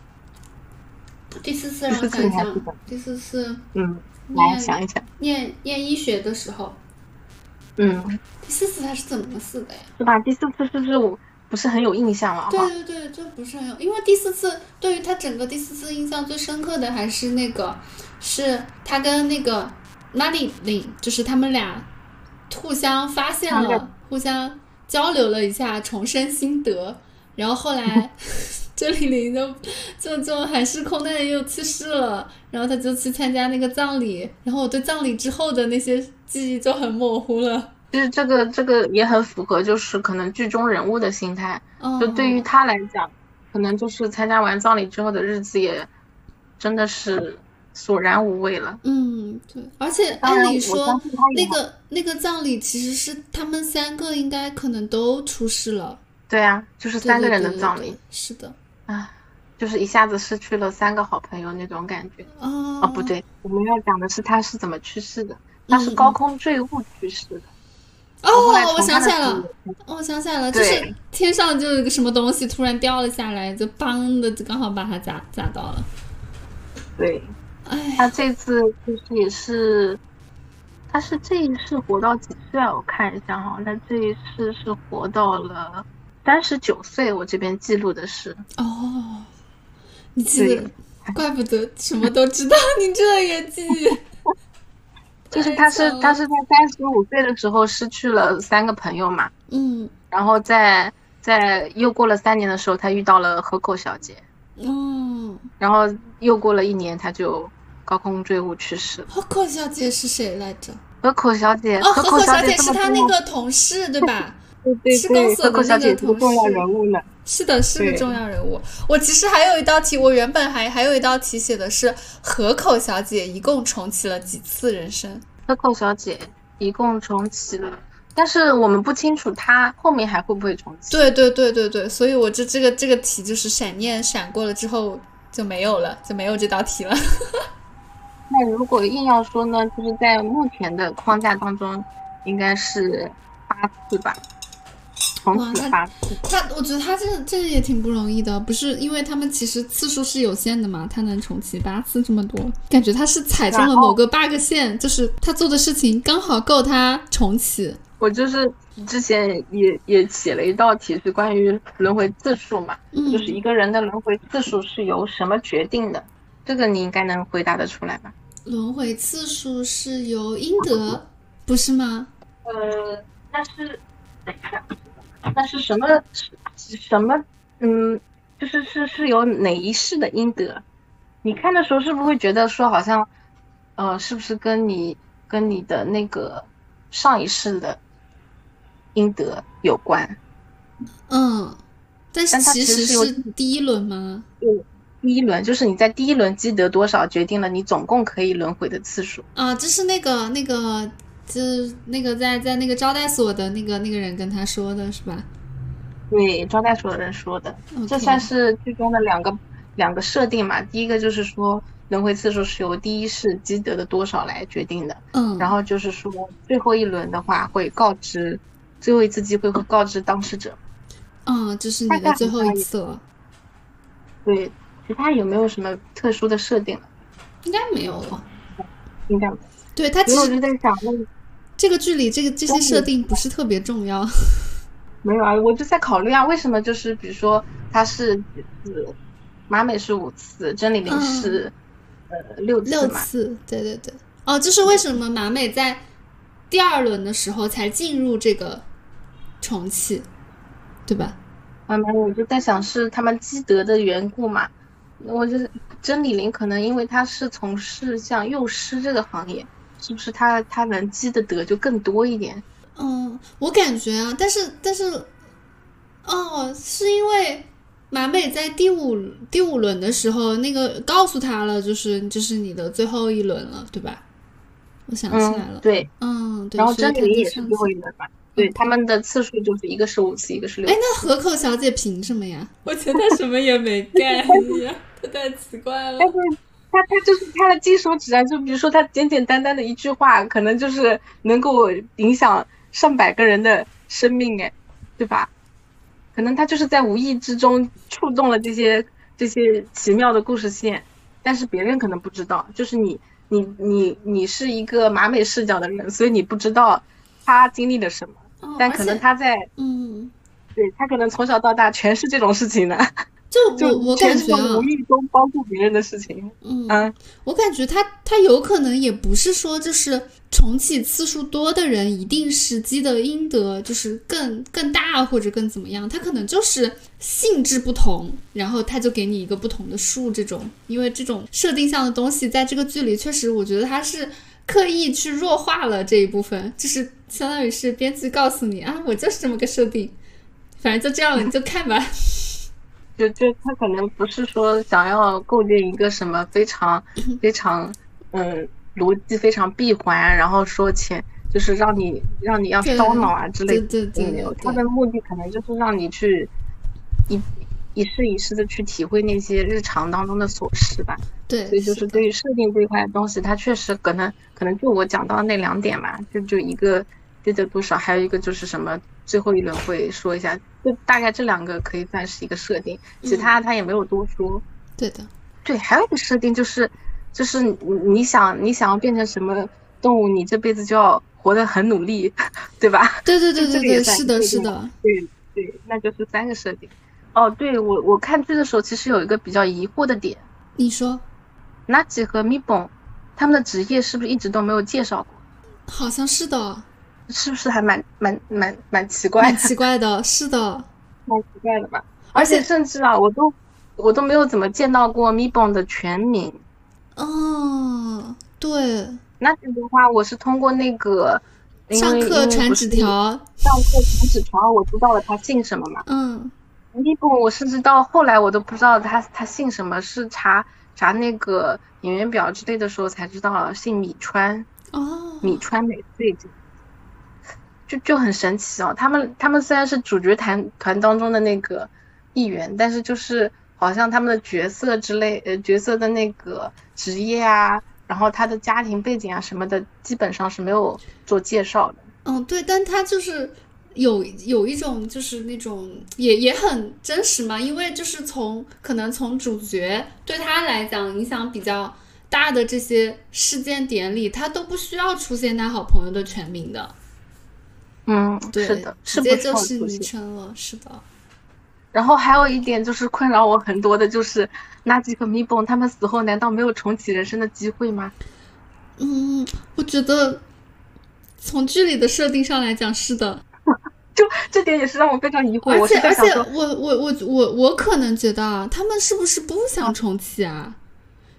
Speaker 2: 第四次
Speaker 1: 让我想一想
Speaker 2: 第四次
Speaker 1: 嗯，来
Speaker 2: 念
Speaker 1: 想一想，
Speaker 2: 念念医学的时候，
Speaker 1: 嗯，
Speaker 2: 第四次他是怎么死的呀？
Speaker 1: 是吧？第四次是不是我不是很有印象了哈？
Speaker 2: 对对对，这不是很有，因为第四次对于他整个第四次印象最深刻的还是那个，是他跟那个马里琳，就是他们俩互相发现
Speaker 1: 他们
Speaker 2: 了，互相交流了一下重生心得，然后后来 (laughs) 这里琳就就就还是空难又去世了，然后他就去参加那个葬礼，然后我对葬礼之后的那些记忆就很模糊了。
Speaker 1: 其实这个这个也很符合，就是可能剧中人物的心态。
Speaker 2: 嗯，
Speaker 1: 就对于他来讲，可能就是参加完葬礼之后的日子也真的是索然无味了。
Speaker 2: 嗯，对，而且
Speaker 1: 当
Speaker 2: 按
Speaker 1: 然
Speaker 2: 理
Speaker 1: 我
Speaker 2: 说
Speaker 1: 相信他，也
Speaker 2: 那个那个葬礼其实是他们三个应该可能都出事了，
Speaker 1: 对呀、就是
Speaker 2: 对
Speaker 1: 三个
Speaker 2: 对
Speaker 1: 人
Speaker 2: 对
Speaker 1: 的
Speaker 2: 对
Speaker 1: 葬
Speaker 2: 对
Speaker 1: 礼
Speaker 2: 是的
Speaker 1: 啊，就是一下子失去了三个好朋友那种感觉。
Speaker 2: 啊
Speaker 1: 哦，不，对，我们要讲的是他是怎么去世的，他是高空坠物去世的。
Speaker 2: 嗯哦，
Speaker 1: 后来
Speaker 2: 我
Speaker 1: 从
Speaker 2: 想
Speaker 1: 他
Speaker 2: 起
Speaker 1: 的
Speaker 2: 来了
Speaker 1: 死，
Speaker 2: 哦，我想起来了，就
Speaker 1: 对
Speaker 2: 是天上就有个什么东西突然掉了下来，就邦的就刚好把它砸砸到了。
Speaker 1: 对，
Speaker 2: 哎，
Speaker 1: 他这次就是也是，他是这一世活到几岁啊？我看一下哈，他这一世是活到了三十九岁，我这边记录的是。
Speaker 2: 哦，你记得
Speaker 1: 对，
Speaker 2: (laughs) 怪不得什么都知道，你这也记。
Speaker 1: (laughs) 就是他是
Speaker 2: 太巧了
Speaker 1: 他是在三十五岁的时候失去了三个朋友嘛，
Speaker 2: 嗯，
Speaker 1: 然后在在又过了三年的时候，他遇到了河口小姐，
Speaker 2: 哦，
Speaker 1: 然后又过了一年，他就高空坠物去世了。
Speaker 2: 河口小姐是谁来着？
Speaker 1: 河口小姐，
Speaker 2: 哦，河
Speaker 1: 口
Speaker 2: 口小
Speaker 1: 姐
Speaker 2: 姐
Speaker 1: 这
Speaker 2: 是
Speaker 1: 么
Speaker 2: 她
Speaker 1: 重
Speaker 2: 那
Speaker 1: 要
Speaker 2: 个同事对吧？
Speaker 1: 对对
Speaker 2: 是公
Speaker 1: 对，
Speaker 2: 司的
Speaker 1: 河口
Speaker 2: 那
Speaker 1: 小
Speaker 2: 个
Speaker 1: 姐是
Speaker 2: 同
Speaker 1: 重要
Speaker 2: 事
Speaker 1: 人物呢。
Speaker 2: 是的，是个
Speaker 1: 对
Speaker 2: 重要人物。我其实还有一道题，我原本还还有一道题写的是河口小姐一共重启了几次人生？
Speaker 1: 河口小姐一共重启了，但是我们不清楚她后面还会不会重启。
Speaker 2: 对对对对对，所以我这这个这个题就是闪念闪过了之后就没有了，就没有这道题了。
Speaker 1: 那如果硬要说呢，就是在目前的框架当中，应该是八次吧，重
Speaker 2: 哇那
Speaker 1: 启八次。
Speaker 2: (laughs) 他，我觉得他这个这个也挺不容易的，不是因为他们其实次数是有限的嘛，他能重启八次这么多，感觉他是踩中了
Speaker 1: 然后
Speaker 2: 某个 bug 线，就是他做的事情刚好够他重启。
Speaker 1: 我就是之前也也写了一道题是关于轮回次数嘛，
Speaker 2: 嗯
Speaker 1: 就是一个人的轮回次数是由什么决定的？这个你应该能回答得出来吧？
Speaker 2: 轮回次数是由应得，不是吗？
Speaker 1: 呃，那是，等一下，那是什么是什么？嗯，就是是是有哪一世的阴德？你看的时候是不是会觉得说好像，呃，是不是跟你跟你的那个上一世的阴德有关？
Speaker 2: 嗯，但是
Speaker 1: 但它
Speaker 2: 其
Speaker 1: 其
Speaker 2: 实
Speaker 1: 实是由
Speaker 2: 是第一轮吗？
Speaker 1: 第一轮就是你在第一轮积德多少，决定了你总共可以轮回的次数。
Speaker 2: 啊，就是那个那个，就是那个在在那个招待所的那个那个人跟他说的是吧？
Speaker 1: 对，招待所的人说的。这
Speaker 2: OK
Speaker 1: 算是剧中的两个两个设定嘛。第一个就是说，轮回次数是由第一世积德的多少来决定的，
Speaker 2: 嗯，
Speaker 1: 然后就是说最后一轮的话会告知，最后一次机会会告知当事者。
Speaker 2: 嗯，这是
Speaker 1: 大
Speaker 2: 你的
Speaker 1: 概
Speaker 2: 最
Speaker 1: 好
Speaker 2: 后
Speaker 1: 像
Speaker 2: 一
Speaker 1: 也
Speaker 2: 次了，
Speaker 1: 对，其他有没有什么特殊的设定了？
Speaker 2: 应该没有了。
Speaker 1: 应该没有，
Speaker 2: 对他其
Speaker 1: 所以我
Speaker 2: 实
Speaker 1: 就在想问，
Speaker 2: 这个剧里这个这些
Speaker 1: 中
Speaker 2: 设
Speaker 1: 午
Speaker 2: 定不是特别重要。
Speaker 1: 没有啊，我就在考虑啊，为什么就是比如说他是几次，马美是五次，真理
Speaker 2: 嗯
Speaker 1: 玲是、呃六次
Speaker 2: 六
Speaker 1: 嘛？
Speaker 2: 次，对对对。哦，这是为什么马美在第二轮的时候才进入这个重启，对吧？
Speaker 1: 慢慢我就在想是他们积德的缘故嘛。我就是真理玲，可能因为她是从事像幼师这个行业，是不是她她能积的德就更多一点？
Speaker 2: 嗯，我感觉啊，但是但是，哦，是因为马美在第五第五轮的时候，那个告诉他了，就是这、是你的最后一轮了，对吧？我想起来
Speaker 1: 嗯
Speaker 2: 了，，
Speaker 1: 对。
Speaker 2: 嗯，对。
Speaker 1: 然后
Speaker 2: 所以
Speaker 1: 真
Speaker 2: 他
Speaker 1: 理玲
Speaker 2: 就
Speaker 1: 也是
Speaker 2: 上嗯
Speaker 1: 最后
Speaker 2: 去
Speaker 1: 一轮嘛，对，他们的次数就是一个是五次，一个是六
Speaker 2: 哎，
Speaker 1: 次。
Speaker 2: 那河口小姐凭什么呀？ (laughs) 我觉得她什么也没
Speaker 1: (laughs)
Speaker 2: 干呀，她太奇怪了
Speaker 1: 但。是她她就是她的金手指啊，就比如说她简简单单的一句话，可能就是能够影响上百个人的生命，哎，对吧？可能她就是在无意之中触动了这些这些奇妙的故事线，但是别人可能不知道，就是你你你你是一个马美视角的人，所以你不知道她经历了什么，
Speaker 2: 哦
Speaker 1: 但
Speaker 2: 而
Speaker 1: 可能
Speaker 2: 且
Speaker 1: 她在
Speaker 2: 嗯，
Speaker 1: 对她可能从小到大全是这种事情的，
Speaker 2: 就
Speaker 1: (laughs) 就
Speaker 2: 我我
Speaker 1: 全
Speaker 2: 感
Speaker 1: 是
Speaker 2: 觉啊，
Speaker 1: 无意中帮助别人的事情，
Speaker 2: 嗯，
Speaker 1: 嗯。
Speaker 2: 我感觉他他有可能也不是说就是重启次数多的人一定是积德阴德就是更更大或者更怎么样，他可能就是性质不同，然后他就给你一个不同的数这种，因为这种设定上的东西在这个剧里确实我觉得他是刻意去弱化了这一部分，就是相当于是编剧告诉你啊，我就是这么个设定，反正就这样了，你就看吧。 (laughs)
Speaker 1: 就就他可能不是说想要构建一个什呃么非常啊非常嗯逻辑非常闭环，然后说前就是让你让你要
Speaker 2: 对
Speaker 1: 烧脑啊之类
Speaker 2: 对
Speaker 1: 的。
Speaker 2: 对对
Speaker 1: 没
Speaker 2: 对
Speaker 1: 有，他
Speaker 2: 对
Speaker 1: 的目的可能就是让你去一一试一试的去体会那些日常当中的琐事吧。
Speaker 2: 对，
Speaker 1: 所以就是是
Speaker 2: 的
Speaker 1: 对于设定这一块的东西，它确实可能可能就我讲到的那两点嘛，就就一个记得多少，还有一个就是什么最后一轮会说一下，就大概这两个可以算是一个设定，其
Speaker 2: 嗯
Speaker 1: 他它也没有多说。
Speaker 2: 对的，
Speaker 1: 对，还有一个设定就是，就是你你想你想要变成什么动物，你这辈子就要活得很努力， (laughs) 对吧？
Speaker 2: 对对对
Speaker 1: 这
Speaker 2: 对
Speaker 1: 个也
Speaker 2: 对，
Speaker 1: 算
Speaker 2: 是的，
Speaker 1: 一
Speaker 2: 是
Speaker 1: 个
Speaker 2: 的，
Speaker 1: 对对，那就是三个设定。哦，对我我看剧的时候，其实有一个比较疑惑的点
Speaker 2: 你说，
Speaker 1: ，Nazi 和 Mibon，他们的职业是不是一直都没有介绍过？
Speaker 2: 好像是的，
Speaker 1: 是不是还蛮蛮蛮蛮奇怪
Speaker 2: 蛮
Speaker 1: 的，
Speaker 2: 奇怪的，是的，
Speaker 1: 蛮奇怪的吧？
Speaker 2: 而
Speaker 1: 而且
Speaker 2: 且，
Speaker 1: 甚至啊，我都我都没有怎么见到过 Mibon 的全名。
Speaker 2: 哦，对，
Speaker 1: 那这的话，我是通过那个因
Speaker 2: 上
Speaker 1: 为因
Speaker 2: 课
Speaker 1: 为
Speaker 2: 传
Speaker 1: 不
Speaker 2: 纸
Speaker 1: 是
Speaker 2: 条，
Speaker 1: 上课传纸条，我知道了他姓什么嘛。
Speaker 2: 嗯，
Speaker 1: 尼布，我甚至到后来我都不知道他他姓什么，是查查那个演员表之类的时候才知道了，姓米川，
Speaker 2: 哦，
Speaker 1: 米川美穗子，就就很神奇哦。他们他们虽然是主角团团当中的那个一员，但是就是好像他们的角色之类，呃，角色的那个职业啊，然后他的家庭背景啊什么的，基本上是没有做介绍的。
Speaker 2: 嗯，对，但他就是有有一种就是那种也也很真实嘛，因为就是从可能从主角对他来讲影响比较大的这些事件点里，他都不需要出现他好朋友的全名的，
Speaker 1: 嗯，
Speaker 2: 对，
Speaker 1: 是的，
Speaker 2: 直
Speaker 1: 是
Speaker 2: 接
Speaker 1: 不错
Speaker 2: 就
Speaker 1: 的
Speaker 2: 是
Speaker 1: 东
Speaker 2: 昵
Speaker 1: 西
Speaker 2: 称了，是的，
Speaker 1: 然后还有一点就是困扰我很多的，就是垃圾和 m i b o 他们死后难道没有重启人生的机会吗？
Speaker 2: 嗯，我觉得从剧里的设定上来讲是的，
Speaker 1: 就这点也是让我非常疑惑。
Speaker 2: 而
Speaker 1: 我
Speaker 2: 且
Speaker 1: 是在
Speaker 2: 而
Speaker 1: 想
Speaker 2: 且
Speaker 1: 说，
Speaker 2: 我我我我我可能觉得啊，他们是不是不想重启啊？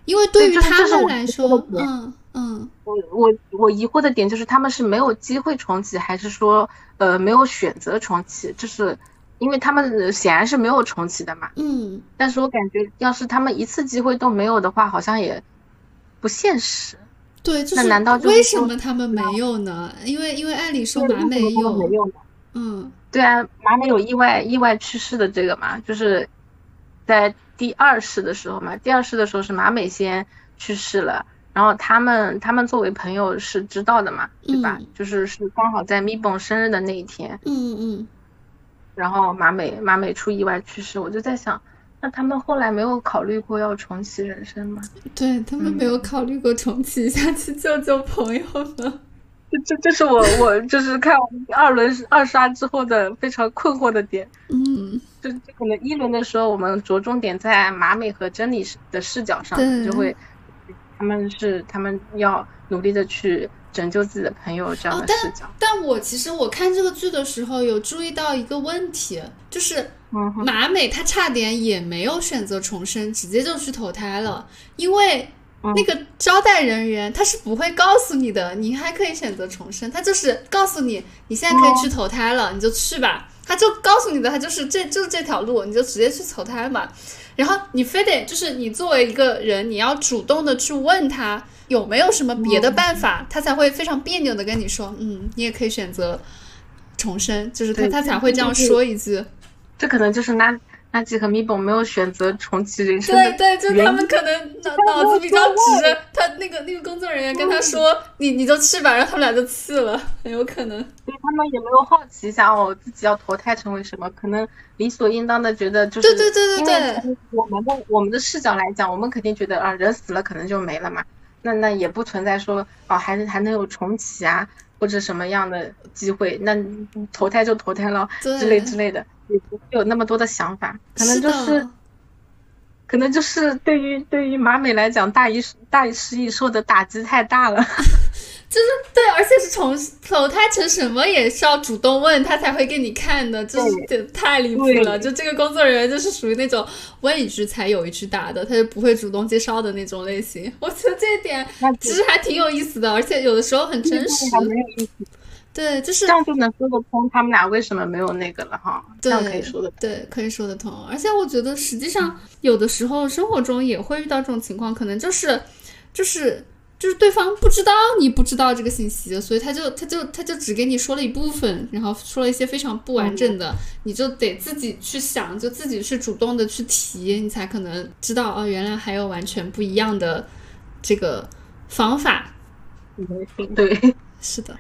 Speaker 2: 因为对
Speaker 1: 对
Speaker 2: 于
Speaker 1: 这是
Speaker 2: 他
Speaker 1: 这是
Speaker 2: 们
Speaker 1: 我
Speaker 2: 来
Speaker 1: 的
Speaker 2: 说
Speaker 1: 观，点
Speaker 2: 嗯嗯，
Speaker 1: 我我我疑惑的点就是他们是没有机会重启，还是说呃没有选择重启？就是因为他们呃显然是没有重启的嘛。
Speaker 2: 嗯，
Speaker 1: 但是我感觉要是他们一次机会都没有的话，好像也不现实。
Speaker 2: 对，就
Speaker 1: 那
Speaker 2: 是
Speaker 1: 难道就是
Speaker 2: 为什
Speaker 1: 说
Speaker 2: 么他们没有呢？因为因为按理说
Speaker 1: 对为什
Speaker 2: 马
Speaker 1: 么
Speaker 2: 美
Speaker 1: 他们没有呢？
Speaker 2: 嗯，
Speaker 1: 对啊，马美有意外意外去世的这个嘛，就是在第二世的时候嘛，第二世的时候是马美先去世了，然后他们他们作为朋友是知道的嘛，对吧？
Speaker 2: 嗯
Speaker 1: 就是是刚好在 Mibon 生日的那一天，
Speaker 2: 嗯嗯，
Speaker 1: 然后马美马美出意外去世，我就在想，那他们后来没有考虑过要重启人生吗？
Speaker 2: 对他
Speaker 1: 嗯
Speaker 2: 们没有考虑过重启一下去救救朋友呢。
Speaker 1: 这这这是我我就是看二轮二刷之后的非常困惑的点。
Speaker 2: 嗯，
Speaker 1: 就就可能一轮的时候，我们着重点在马美和真理的视角上
Speaker 2: 对，
Speaker 1: 就会他们是他们要努力的去拯救自己的朋友这样
Speaker 2: 哦
Speaker 1: 的
Speaker 2: 但
Speaker 1: 视角。
Speaker 2: 但我其实我看这个剧的时候有注意到一个问题，就是
Speaker 1: 嗯哼，
Speaker 2: 马美她差点也没有选择重生，直接就去投胎了，因为
Speaker 1: 嗯
Speaker 2: 那个招待人员他是不会告诉你的，你还可以选择重生，他就是告诉你你现在
Speaker 1: 嗯
Speaker 2: 可以去投胎了，你就去吧，他就告诉你的，他就是这就是这条路，你就直接去投胎嘛。然后你非得就是你作为一个人，你要主动的去问他有没有什么别
Speaker 1: 嗯
Speaker 2: 的办法，他才会非常别扭的跟你说，嗯，你也可以选择重生，就是他
Speaker 1: 对
Speaker 2: 他才会这样说一句。
Speaker 1: 这可能就是纳纳吉和米本没有选择重启人生
Speaker 2: 对
Speaker 1: 的
Speaker 2: 对，就
Speaker 1: 原
Speaker 2: 他
Speaker 1: 因
Speaker 2: 们可能脑
Speaker 1: 他们
Speaker 2: 脑子
Speaker 1: 会
Speaker 2: 比
Speaker 1: 说
Speaker 2: 较直
Speaker 1: 我
Speaker 2: 着，他那个那个工作人员跟他说：“你你就去吧。”然后他们俩就去了，很有可能。
Speaker 1: 所以他们也没有好奇一下哦，自己要投胎成为什么，可能理所应当的觉得就是，
Speaker 2: 对对对对对
Speaker 1: 因为从我们的我们的视角来讲，我们肯定觉得啊，人死了可能就没了嘛，那那也不存在说哦，还是还能有重启啊，或者什么样的机会，那投胎就投胎了
Speaker 2: 对
Speaker 1: 之类之类的，也不会有那么多的想法，可能就是
Speaker 2: 的，
Speaker 1: 可能就是对于对于马美来讲，大一大一失忆受的打击太大了。 (laughs)
Speaker 2: 对，而且是重投胎成什么也是要主动问他才会给你看的，就是这太离谱了。就这个工作人员就是属于那种问一句才有一句答的，他就不会主动介绍的那种类型。我觉得这一点
Speaker 1: 那
Speaker 2: 其实还挺有意思的，而且有的时候很真实。
Speaker 1: 还没有意思。
Speaker 2: 对，就是
Speaker 1: 这样就能说得通他们俩为什么没有那个了哈，这样可以说得通。
Speaker 2: 对，可以说得通。而且我觉得，实际上有的时候生活中也会遇到这种情况，可能就是就是就是对方不知道你不知道这个信息，所以他就他就他就只给你说了一部分，然后说了一些非常不完整的，你就得自己去想，就自己去主动的去提，你才可能知道哦，原来还有完全不一样的这个方法。
Speaker 1: 对， (laughs)
Speaker 2: 是的，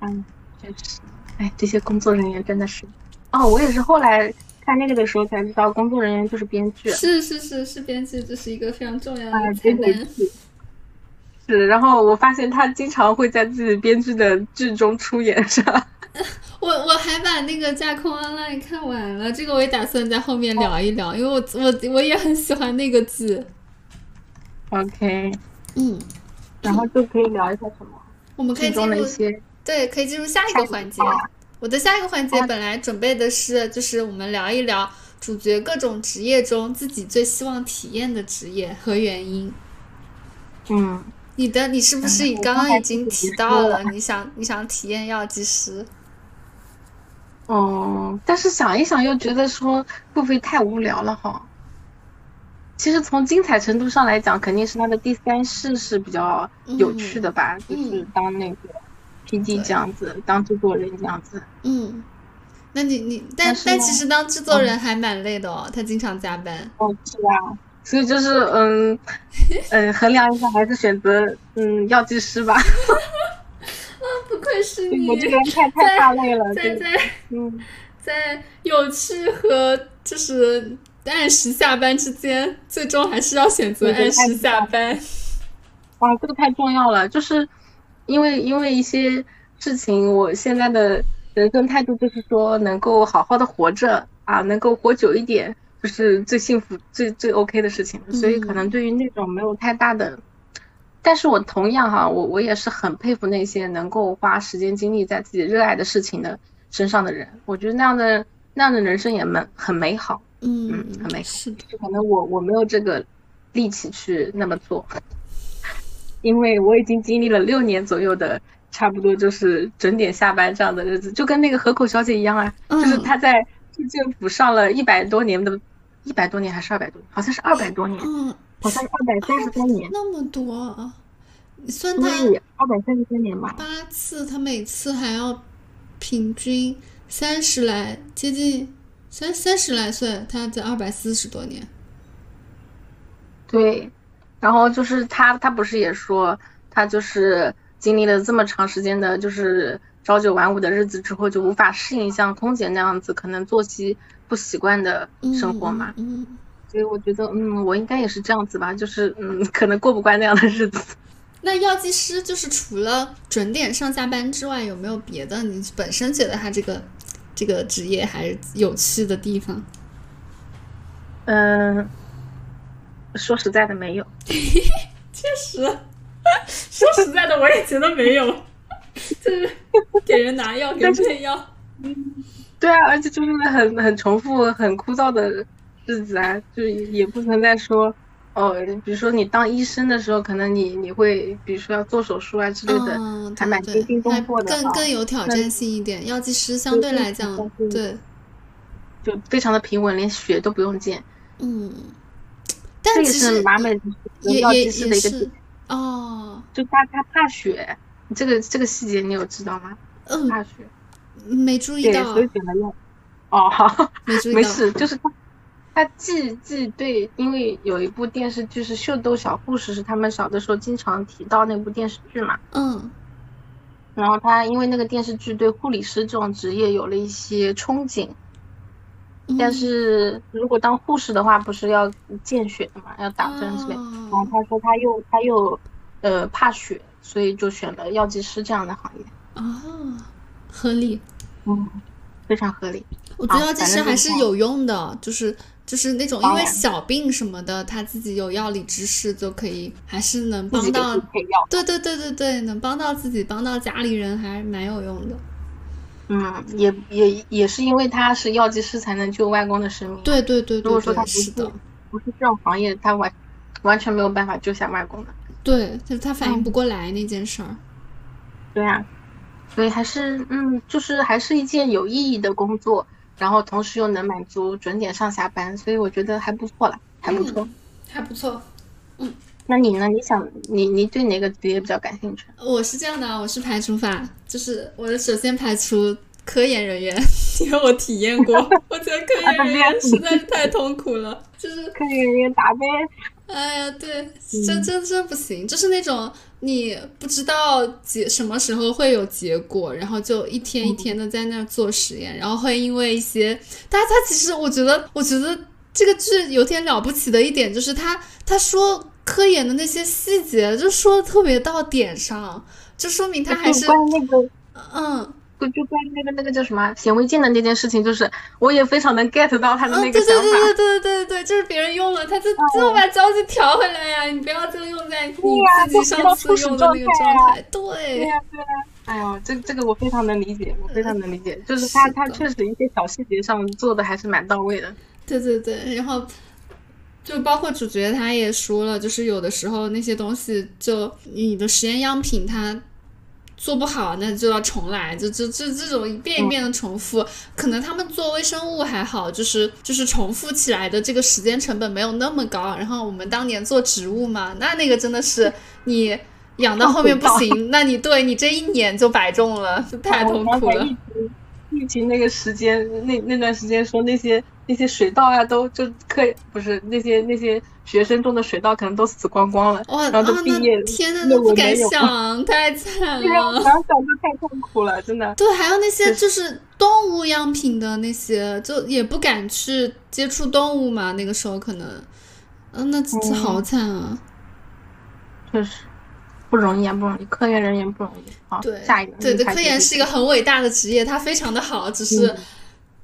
Speaker 1: 嗯，确实，哎，这些工作人员真的是，哦，我也是后来看那个的时候才知道，工作人员就是编剧，
Speaker 2: 是是是是，编剧这是一个非常重要
Speaker 1: 啊
Speaker 2: 的，才
Speaker 1: 编
Speaker 2: 能。
Speaker 1: 剧。是，然后我发现他经常会在自己编剧的剧中出演，是吧？
Speaker 2: 我我还把那个架空 online 看完了，这个我也打算在后面聊一聊，因为我我我也很喜欢那个剧。
Speaker 1: OK，
Speaker 2: 嗯，
Speaker 1: 然后就可以聊一下什么
Speaker 2: 我们可以
Speaker 1: 剧
Speaker 2: 进
Speaker 1: 中的
Speaker 2: 入
Speaker 1: 一些
Speaker 2: 对，可以进入下一个环节
Speaker 1: 好。
Speaker 2: 我的下一个环节本来准备的是，就是我们聊一聊主角各种职业中自己最希望体验的职业和原因。
Speaker 1: 嗯，
Speaker 2: 你的你是不是
Speaker 1: 嗯
Speaker 2: 你
Speaker 1: 我
Speaker 2: 刚
Speaker 1: 刚
Speaker 2: 刚
Speaker 1: 才
Speaker 2: 已经
Speaker 1: 自己说
Speaker 2: 提到
Speaker 1: 了
Speaker 2: 了？你想你想体验药剂师，
Speaker 1: 哦，但是想一想又觉得说会不会太无聊了哈？其实从精彩程度上来讲，肯定是他的第三世是比较有趣的吧，
Speaker 2: 嗯
Speaker 1: 就是当那个 PD
Speaker 2: 对
Speaker 1: 这样子，当制作人这样子。
Speaker 2: 嗯，那你你但
Speaker 1: 但是哦
Speaker 2: 但
Speaker 1: 呢
Speaker 2: 其实当制作人还蛮累的哦，他经常加班。
Speaker 1: 哦，是啊，所以就是嗯嗯，衡量一下还是选择嗯药剂师吧。
Speaker 2: 不愧是
Speaker 1: 我这个人太太
Speaker 2: 在
Speaker 1: 怕累了，
Speaker 2: 在
Speaker 1: 对，
Speaker 2: 在
Speaker 1: 嗯，
Speaker 2: 在有趣和就是按时下班之间，最终还是要选择
Speaker 1: 对对
Speaker 2: 按
Speaker 1: 按
Speaker 2: 时
Speaker 1: 时
Speaker 2: 下班。
Speaker 1: 哇，这个太重要了，就是因为因为一些事情，我现在的人生态度就是说，能够好好的活着啊，能够活久一点，就是最幸福、最最 OK 的事情。所以可能对于那种没有太大的，但是我同样哈，我我也是很佩服那些能够花时间精力在自己热爱的事情的身上的人，我觉得那样的那样的人生也蛮很美好。
Speaker 2: 嗯
Speaker 1: 嗯很美
Speaker 2: 是的，
Speaker 1: 就可能我我没有这个力气去那么做，因为我已经经历了六年左右的差不多就是准点下班这样的日子，就跟那个河口小姐一样啊，就是
Speaker 2: 嗯
Speaker 1: 她在市政府上了一百多年的，一百多年还是二百多年，好像是二百多年，
Speaker 2: 嗯，
Speaker 1: 好像是二百三十三年，
Speaker 2: 那么多啊！你算
Speaker 1: 所
Speaker 2: 他
Speaker 1: 以二百三十三年吧，
Speaker 2: 八次，他每次还要平均三十来，接近三三十来岁，他在二百四十多年。
Speaker 1: 对，然后就是他，他不是也说，他就是经历了这么长时间的，就是朝九晚五的日子之后，就无法适应像空姐那样子可能作息不习惯的生活嘛。
Speaker 2: 嗯，嗯
Speaker 1: 所以我觉得，嗯，我应该也是这样子吧，就是嗯，可能过不惯那样的日子。
Speaker 2: 那药剂师就是除了准点上下班之外，有没有别的？你本身觉得他这个这个职业还是有趣的地方？
Speaker 1: 嗯，说实在的，没有。
Speaker 2: 确实， (laughs) 说实在的，我也觉得没有，就是给人拿药，给人配药。
Speaker 1: 对啊，而且就是很很重复、很枯燥的日子啊，就也不存在说，哦，比如说你当医生的时候，可能你你会比如说要做手术啊之类的，
Speaker 2: 嗯，
Speaker 1: 还蛮
Speaker 2: 对
Speaker 1: 接
Speaker 2: 对
Speaker 1: 近
Speaker 2: 对，还
Speaker 1: 动魄的啊
Speaker 2: 更
Speaker 1: 哈嗯
Speaker 2: 更有挑战性一点。药剂师相对来讲
Speaker 1: 对，更有挑
Speaker 2: 对，
Speaker 1: 就非常的平稳，连血都不用见。
Speaker 2: 嗯，
Speaker 1: 这
Speaker 2: 但
Speaker 1: 也
Speaker 2: 其实
Speaker 1: 是马美和
Speaker 2: 也
Speaker 1: 药
Speaker 2: 也
Speaker 1: 剂师
Speaker 2: 也
Speaker 1: 的一个
Speaker 2: 是
Speaker 1: 点，
Speaker 2: 哦，
Speaker 1: 就他他怕血，这个这个细节你有知道吗？
Speaker 2: 嗯，
Speaker 1: 怕血，
Speaker 2: 没注意
Speaker 1: 对，
Speaker 2: 到
Speaker 1: 所，以选了药。哦，好，
Speaker 2: 没注
Speaker 1: 没
Speaker 2: 意到，
Speaker 1: 事，就是他。他既既对，因为有一部电视剧是《秀逗小护士》，是他们小的时候经常提到那部电视剧嘛。
Speaker 2: 嗯
Speaker 1: 然后他因为那个电视剧对护理师这种职业有了一些憧憬，
Speaker 2: 嗯，
Speaker 1: 但是如果当护士的话，不是要见血的嘛，要打针之类的。然后
Speaker 2: 哦
Speaker 1: 他说他又他又呃怕血，所以就选了药剂师这样的行业，
Speaker 2: 啊，合理。
Speaker 1: 嗯，非常合理。
Speaker 2: 我觉得
Speaker 1: 好
Speaker 2: 药剂
Speaker 1: 反
Speaker 2: 师
Speaker 1: 正就
Speaker 2: 还
Speaker 1: 是
Speaker 2: 是
Speaker 1: 这样
Speaker 2: 有用的，就是就是那种因
Speaker 1: 当
Speaker 2: 为
Speaker 1: 然
Speaker 2: 小病什么的，他自己有药理知识就可以，还是能
Speaker 1: 自己给
Speaker 2: 帮到
Speaker 1: 自己。配药，
Speaker 2: 对对对对对，能帮到自己，帮到家里人，还蛮有用的。
Speaker 1: 嗯，也也也是因为他是药剂师才能救外公的生命。，
Speaker 2: 对对对
Speaker 1: 如果
Speaker 2: 对
Speaker 1: 说他
Speaker 2: 对，
Speaker 1: 不是
Speaker 2: 是的，
Speaker 1: 不是这种行业，他完完全没有办法救下外公的。
Speaker 2: 对，就是他反应
Speaker 1: 嗯
Speaker 2: 不过来那件事儿。
Speaker 1: 对啊，所以还是嗯，就是还是一件有意义的工作，然后同时又能满足准点上下班，所以我觉得还不错了，还不错。
Speaker 2: 还不错。嗯，
Speaker 1: 那你呢？你想你你对哪个职业比较感兴趣？
Speaker 2: 我是这样的啊，我是排除法，就是我首先排除科研人员， (laughs) 因为我体验过，我觉得科研
Speaker 1: (laughs)
Speaker 2: 人员实在是太痛苦了，就是
Speaker 1: 可以给你打呗。
Speaker 2: 哎呀，对，
Speaker 1: 嗯
Speaker 2: 真真真不行，就是那种你不知道结什么时候会有结果，然后就一天一
Speaker 1: 嗯
Speaker 2: 天的在那儿做实验，然后会因为一些，但他其实我觉得，我觉得这个剧有点了不起的一点就是他他说科研的那些细节，就说的特别到点上，就说明他还是
Speaker 1: 就关于那个，
Speaker 2: 嗯。
Speaker 1: 就关于那个那个叫什么啊显微镜的那件事情，就是我也非常能 get 到他的
Speaker 2: 嗯，
Speaker 1: 那个
Speaker 2: 对对
Speaker 1: 想
Speaker 2: 对
Speaker 1: 法。哦
Speaker 2: 对对对对，就是别人用了，他就就把胶质调回来呀、你不要就用在你
Speaker 1: 呀
Speaker 2: 自己上次用的那个
Speaker 1: 就回到初始状
Speaker 2: 状态。对
Speaker 1: 对呀、对呀、哎呦，这这个我非常能理解，我非常能理解，就是他
Speaker 2: 是的
Speaker 1: 他确实一些小细节上做的还是蛮到位的。
Speaker 2: 对对对，然后就包括主角他也说了，就是有的时候那些东西就你的实验样品它做不好，那就要重来，就这这这种一遍一
Speaker 1: 嗯
Speaker 2: 遍的重复。可能他们做微生物还好，就是就是重复起来的这个时间成本没有那么高。然后我们当年做植物嘛，那那个真
Speaker 1: (laughs)
Speaker 2: 的是你。养到后面不行，那你对你这一年就白种了，太痛
Speaker 1: 我
Speaker 2: 苦
Speaker 1: 哦刚才
Speaker 2: 了。
Speaker 1: 疫情疫情那个时间，那那段时间说那些那些水稻呀、都就可以不是那些那些学生种的水稻可能都死光光了，
Speaker 2: 哇，
Speaker 1: 然后
Speaker 2: 啊
Speaker 1: 都毕业
Speaker 2: 那天呐，
Speaker 1: 论
Speaker 2: 都不
Speaker 1: 文
Speaker 2: 敢
Speaker 1: 没有
Speaker 2: 想，太惨
Speaker 1: 对呀，啊我
Speaker 2: 了。
Speaker 1: 想想就太痛苦了，真的。
Speaker 2: 对，还有那些
Speaker 1: 就
Speaker 2: 就是动物样品的那些，就也不敢去接触动物嘛。那个时候可能，嗯，那这这
Speaker 1: 哦
Speaker 2: 好惨啊！
Speaker 1: 确实不容易啊，不容易，科研人员不容易。好，
Speaker 2: 对，
Speaker 1: 哦下一个，
Speaker 2: 对
Speaker 1: 你
Speaker 2: 对，
Speaker 1: 开
Speaker 2: 科
Speaker 1: 始
Speaker 2: 研是一个很伟大的职业，它非常的好，只是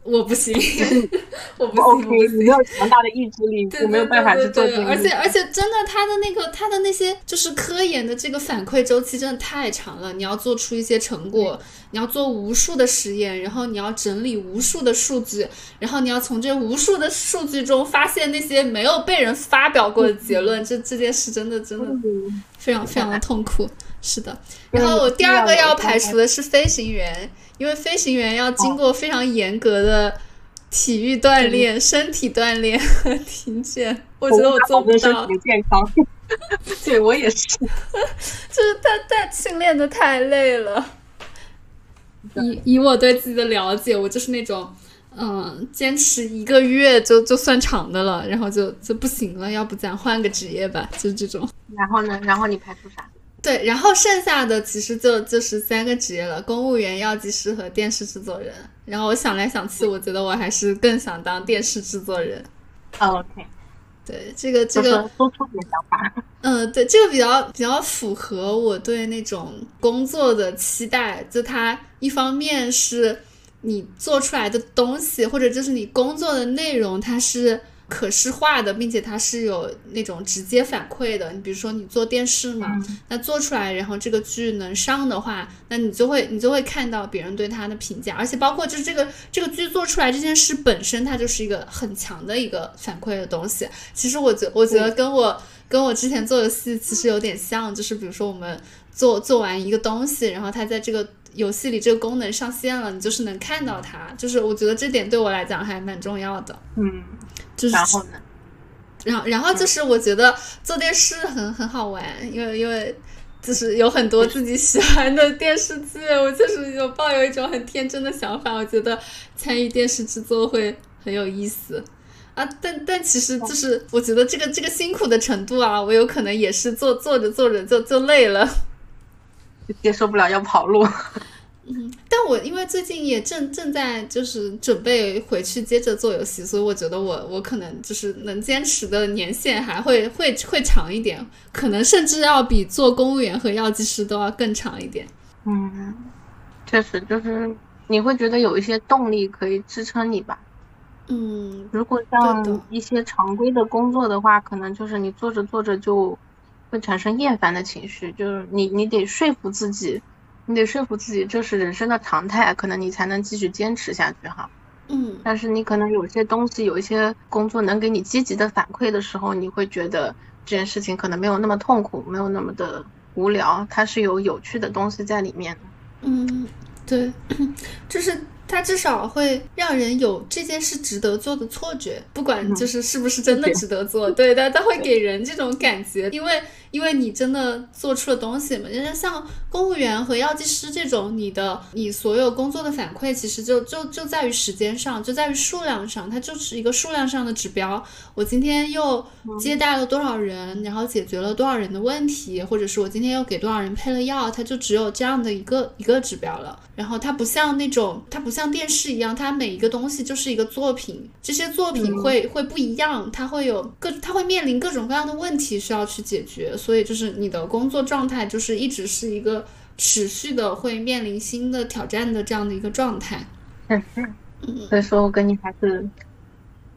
Speaker 2: 我不行， (laughs) 我不
Speaker 1: 不
Speaker 2: 行，我
Speaker 1: OK，
Speaker 2: 不行。
Speaker 1: 你没有强大的意志力，
Speaker 2: 对
Speaker 1: 我没有办法去做
Speaker 2: 对
Speaker 1: 这
Speaker 2: 对对
Speaker 1: 个。
Speaker 2: 而且而且真的，他的那个他的那些就是科研的这个反馈周期真的太长了。你要做出一些成果，
Speaker 1: 嗯
Speaker 2: 你要做无数的实验，然后你要整理无数的数据，然后你要从这无数的数据中发现那些没有被人发表过的结论。这这件事真的真的
Speaker 1: 嗯
Speaker 2: 非常非常的痛苦。是的，
Speaker 1: 对
Speaker 2: 然后我第二个
Speaker 1: 这样
Speaker 2: 嗯要
Speaker 1: 我
Speaker 2: 排除的是飞行员，因为飞行员要经过非常严格的体育锻炼、身体锻炼和体检，嗯我觉得我做
Speaker 1: 保
Speaker 2: 不
Speaker 1: 证身
Speaker 2: 到
Speaker 1: 体，的健康。 (laughs) 对我也是，
Speaker 2: 就是他太训练的太累了。以以我对自己的了解，我就是那种，嗯，坚持一个月就就算长的了，然后就就不行了，要不咱换个职业吧，就这种。
Speaker 1: 然后呢？然后你排除啥？
Speaker 2: 对，然后剩下的其实就就是三个职业了：公务员、药剂师和电视制作人。然后我想来想去，我觉得我还是更想当电视制作人。
Speaker 1: 啊，OK，
Speaker 2: 对，这个这
Speaker 1: 就
Speaker 2: 个
Speaker 1: 是，说出你的想法。
Speaker 2: 嗯，对，这个比较比较符合我对那种工作的期待。就它一方面是你做出来的东西，或者就是你工作的内容，它是可视化的，并且它是有那种直接反馈的。你比如说你做电视嘛，那做出来，然后这个剧能上的话，那你就会你就会看到别人对它的评价，而且包括就是这个这个剧做出来这件事本身，它就是一个很强的一个反馈的东西。其实我觉我觉得
Speaker 1: 嗯
Speaker 2: 跟我跟我之前做游戏其实有点像，就是比如说我们做做完一个东西，然后它在这个游戏里这个功能上线了，你就是能看到它，就是我觉得这点对我来讲还蛮重要的，
Speaker 1: 嗯，
Speaker 2: 就是
Speaker 1: 然后呢？
Speaker 2: 然后，然后就是我觉得做电视很很好玩，因为因为就是有很多自己喜欢的电视剧， (laughs) 我就是有抱有一种很天真的想法，我觉得参与电视制作会很有意思啊。但但其实就是我觉得这个这个辛苦的程度啊，我有可能也是做做着做着就就累了。
Speaker 1: 就接受不了要跑路。
Speaker 2: 但我因为最近也正正在就是准备回去接着做游戏，所以我觉得我我可能就是能坚持的年限还会会会长一点，可能甚至要比做公务员和药剂师都要更长一点。
Speaker 1: 嗯， (laughs) 确实就是你会觉得有一些动力可以支撑你吧。
Speaker 2: 嗯，
Speaker 1: 如果
Speaker 2: 对的
Speaker 1: 像一些常规的工作的话，可能就是你做着做着就会产生厌烦的情绪，就是你你得说服自己，你得说服自己这是人生的常态，可能你才能继续坚持下去哈。
Speaker 2: 嗯，
Speaker 1: 但是你可能有些东西，有一些工作能给你积极的反馈的时候，你会觉得这件事情可能没有那么痛苦，没有那么的无聊，它是有有趣的东西在里面的。
Speaker 2: 嗯，对，就是它至少会让人有这件事值得做的错觉，不管就是是不是真的值得做，对，但它会给人这种感觉，因为因为你真的做出了东西嘛。就是像公务员和药剂师这种，你的你所有工作的反馈，其实就就就在于时间上，就在于数量上，它就是一个数量上的指标。我今天又接待了多少人，然后解决了多少人的问题，或者是我今天又给多少人配了药，它就只有这样的一个一个指标了。然后它不像那种，它不像电视一样，它每一个东西就是一个作品，这些作品会、会不一样，它会有各，它会面临各种各样的问题需要去解决，所以就是你的工作状态就是一直是一个持续的会面临新的挑战的这样的一个状态。
Speaker 1: 所以说我跟你还是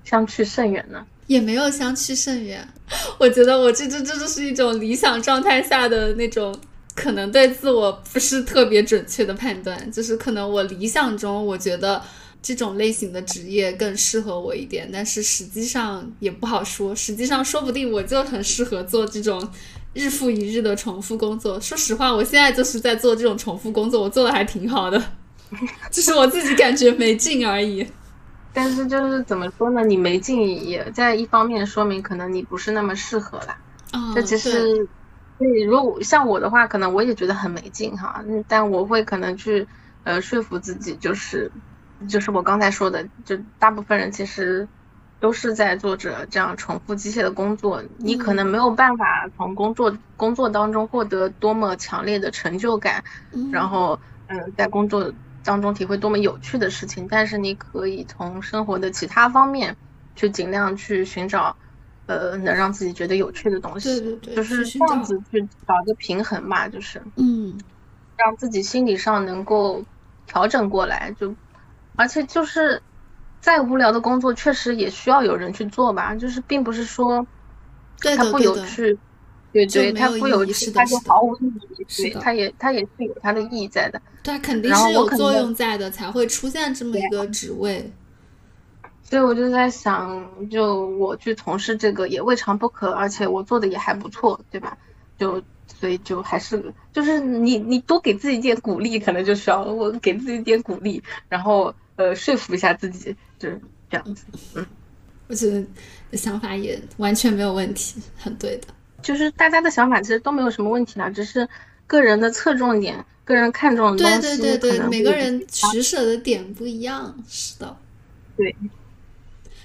Speaker 1: 相去甚远呢。
Speaker 2: 也没有相去甚远， (laughs) 我觉得我这这这就是一种理想状态下的那种可能对自我不是特别准确的判断，就是可能我理想中我觉得这种类型的职业更适合我一点，但是实际上也不好说，实际上说不定我就很适合做这种日复一日的重复工作。说实话，我现在就是在做这种重复工作，我做的还挺好的， (laughs) 只是我自己感觉没劲而已。
Speaker 1: 但是就是怎么说呢，你没劲也在一方面说明可能你不是那么适合啦。
Speaker 2: 啊、
Speaker 1: 就其
Speaker 2: 对
Speaker 1: 实，对，如果像我的话，可能我也觉得很没劲哈，嗯但我会可能去呃说服自己，就是就是我刚才说的，就大部分人其实都是在做着这样重复机械的工作，你可能没有办法从工作工作当中获得多么强烈的成就感，
Speaker 2: 嗯
Speaker 1: 然后嗯、呃在工作当中体会多么有趣的事情，但是你可以从生活的其他方面去尽量去寻找。呃，能让自己觉得有趣的东西，
Speaker 2: 对对对，
Speaker 1: 就是
Speaker 2: 去
Speaker 1: 这
Speaker 2: 寻
Speaker 1: 样
Speaker 2: 找
Speaker 1: 子去找一个平衡吧，就是
Speaker 2: 嗯。
Speaker 1: 让自己心理上能够调整过来。就，而且就是再无聊的工作，确实也需要有人去做吧。就是并不是说
Speaker 2: 对
Speaker 1: 它
Speaker 2: 的，
Speaker 1: 不
Speaker 2: 对
Speaker 1: 有
Speaker 2: 的，
Speaker 1: 趣，对
Speaker 2: 就
Speaker 1: 对，
Speaker 2: 没
Speaker 1: 它
Speaker 2: 有
Speaker 1: 不
Speaker 2: 意
Speaker 1: 有
Speaker 2: 义是
Speaker 1: 趣，
Speaker 2: 的
Speaker 1: 它就是
Speaker 2: 的
Speaker 1: 毫无意义。
Speaker 2: 是
Speaker 1: 对，
Speaker 2: 的
Speaker 1: 它也它也是有它的意义在的。
Speaker 2: 它啊肯定
Speaker 1: 然后
Speaker 2: 是
Speaker 1: 我
Speaker 2: 有
Speaker 1: 可能
Speaker 2: 作
Speaker 1: 在
Speaker 2: 用在的，才会出现这么一个职位。
Speaker 1: 所以我就在想，就我去从事这个也未尝不可，而且我做的也还不错，对吧？就所以就还是就是你你多给自己一点鼓励，可能就需要我给自己一点鼓励，然后呃说服一下自己，就是这样子。
Speaker 2: 我觉得你的想法也完全没有问题，很对的。
Speaker 1: 就是大家的想法其实都没有什么问题啦，只是个人的侧重点、个人看重的
Speaker 2: 对
Speaker 1: 东
Speaker 2: 对
Speaker 1: 西，
Speaker 2: 对
Speaker 1: 可
Speaker 2: 对，
Speaker 1: 能
Speaker 2: 每个
Speaker 1: 不一
Speaker 2: 人取舍的点不一样，是的。
Speaker 1: 对。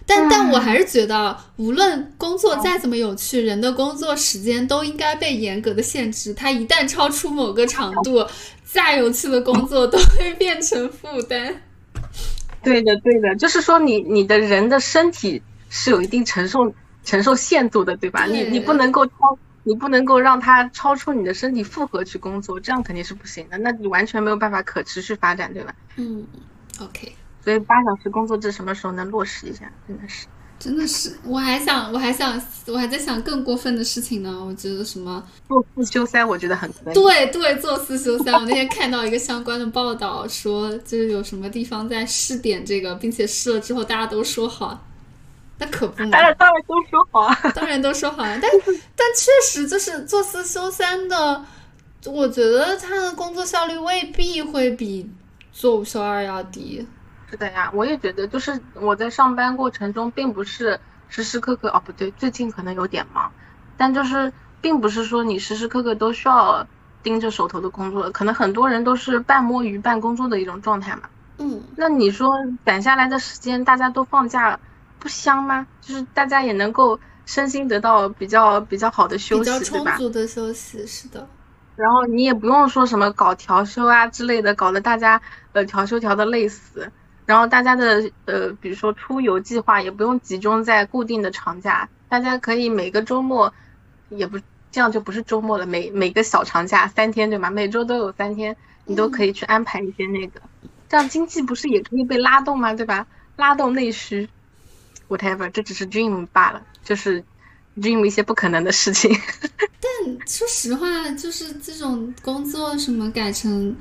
Speaker 2: 但但我
Speaker 1: 唉
Speaker 2: 还是觉得，无论工作再怎么有趣，人的工作时间都应该被严格的限制。它一旦超出某个长度，再有趣的工作都会变成负担。
Speaker 1: 对的，对的，就是说你你的人的身体是有一定承受承受限度的，对吧？
Speaker 2: 对
Speaker 1: 你你不能够超，你不能够让它超出你的身体负荷去工作，这样肯定是不行的。那你完全没有办法可持续发展，对吧？
Speaker 2: 嗯，OK。
Speaker 1: 所以八小时工作制什么时候能落实一下？真的是，
Speaker 2: 真的是，我还想，我还想，我还在想更过分的事情呢。我觉得什么，
Speaker 1: 做四休三，我觉得很可以。
Speaker 2: 对对，做四休三。我那天看到一个相关的报道，说就是有什么地方在试点这个，并且试了之后大家都说好，那可不嘛
Speaker 1: 当，然，当然都说好啊。
Speaker 2: 当然都说
Speaker 1: (laughs)
Speaker 2: 好了。但但确实就是做四休三的，我觉得他的工作效率未必会比做五休二要低。
Speaker 1: 是的呀，我也觉得，就是我在上班过程中，并不是时时刻刻哦，不对，最近可能有点忙，但就是并不是说你时时刻刻都需要盯着手头的工作，可能很多人都是半摸鱼半工作的一种状态嘛。
Speaker 2: 嗯，
Speaker 1: 那你说攒下来的时间，大家都放假，不香吗？就是大家也能够身心得到比较比较好的
Speaker 2: 比
Speaker 1: 休
Speaker 2: 较
Speaker 1: 息，对
Speaker 2: 充
Speaker 1: 吧？
Speaker 2: 足的休息，是的。
Speaker 1: 然后你也不用说什么搞调休啊之类的，搞得大家呃调休调的累死。然后大家的呃，比如说出游计划也不用集中在固定的长假，大家可以每个周末，也不这样就不是周末了，每每个小长假三天对吗？每周都有三天，你都可以去安排一些那个，这样经济不是也可以被拉动吗？对吧？拉动内需，whatever，这只是 dream 罢了，就是 dream 一些不可能的事情。
Speaker 2: 说实话，就是这种工作什么改成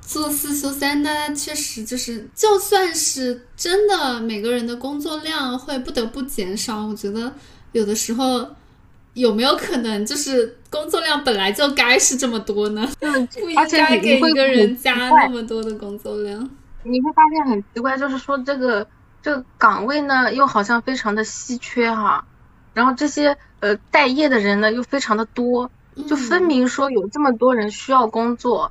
Speaker 2: 做四休三，大家确实就是，就算是真的每个人的工作量会不得不减少，我觉得有的时候有没有可能就是工作量本来就该是这么多呢？ (laughs)
Speaker 1: 就是
Speaker 2: 不应
Speaker 1: 嗯而且
Speaker 2: 该
Speaker 1: 你
Speaker 2: 给
Speaker 1: 你会
Speaker 2: 一个人加
Speaker 1: 很快
Speaker 2: 那么多的工作量。
Speaker 1: 你会发现很奇怪，就是说这个这个岗位呢，又好像非常的稀缺哈，然后这些呃待业的人呢又非常的多，就
Speaker 2: 嗯
Speaker 1: 分明说有这么多人需要工作，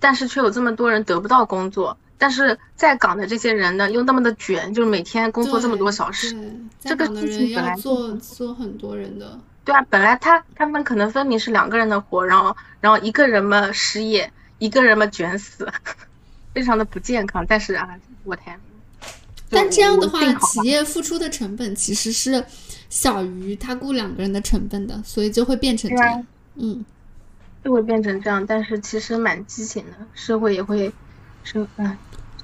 Speaker 1: 但是却有这么多人得不到工作，但是在岗的这些人呢又那么的卷，就是每天工作这么多小时，
Speaker 2: 对，在
Speaker 1: 这个
Speaker 2: 岗的
Speaker 1: 事情
Speaker 2: 人
Speaker 1: 本
Speaker 2: 要
Speaker 1: 来
Speaker 2: 做做很多人的，
Speaker 1: 对啊，本来他他们可能分明是两个人的活，然后然后一个人嘛失业，一个人嘛卷死， (laughs) 非常的不健康，但是啊，我天。就
Speaker 2: 但这样的
Speaker 1: 我
Speaker 2: 话
Speaker 1: 病，好
Speaker 2: 企业付出的成本其实是小于他雇两个人的成本的，所以就会变成这
Speaker 1: 对啊
Speaker 2: 样。嗯，
Speaker 1: 就会变成这样，但是其实蛮畸形的，社会也会，社哎，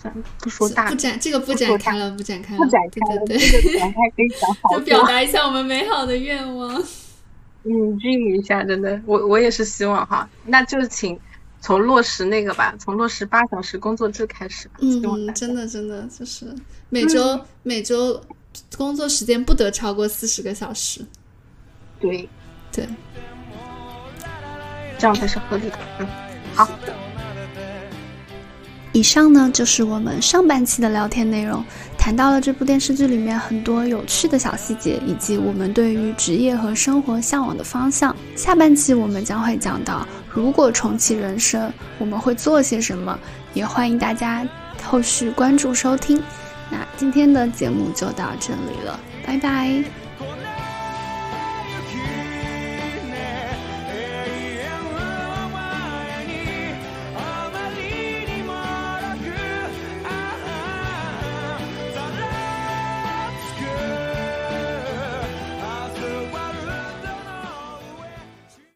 Speaker 1: 算了，不说
Speaker 2: 这
Speaker 1: 大
Speaker 2: 不
Speaker 1: 了，
Speaker 2: 展这个不展开了，不展开了，
Speaker 1: 不展开了，
Speaker 2: 对对对，
Speaker 1: 这个展开可以讲好
Speaker 2: 就表
Speaker 1: 多，
Speaker 2: 达一下我们美好的愿望。
Speaker 1: 嗯，dream 一下，真的，我我也是希望哈，那就请从落实那个吧，从落实八小时工作制开始吧， (laughs) 希望大家
Speaker 2: 嗯，
Speaker 1: 嗯
Speaker 2: 真的真的就是每周、每周工作时间不得超过四十个小时，
Speaker 1: 对，
Speaker 2: 对。
Speaker 1: 这样才是合理的，嗯，好，
Speaker 3: 以上呢就是我们上半期的聊天内容，谈到了这部电视剧里面很多有趣的小细节，以及我们对于职业和生活向往的方向。下半期我们将会讲到，如果重启人生，我们会做些什么，也欢迎大家后续关注收听。那今天的节目就到这里了，拜拜。
Speaker 4: こない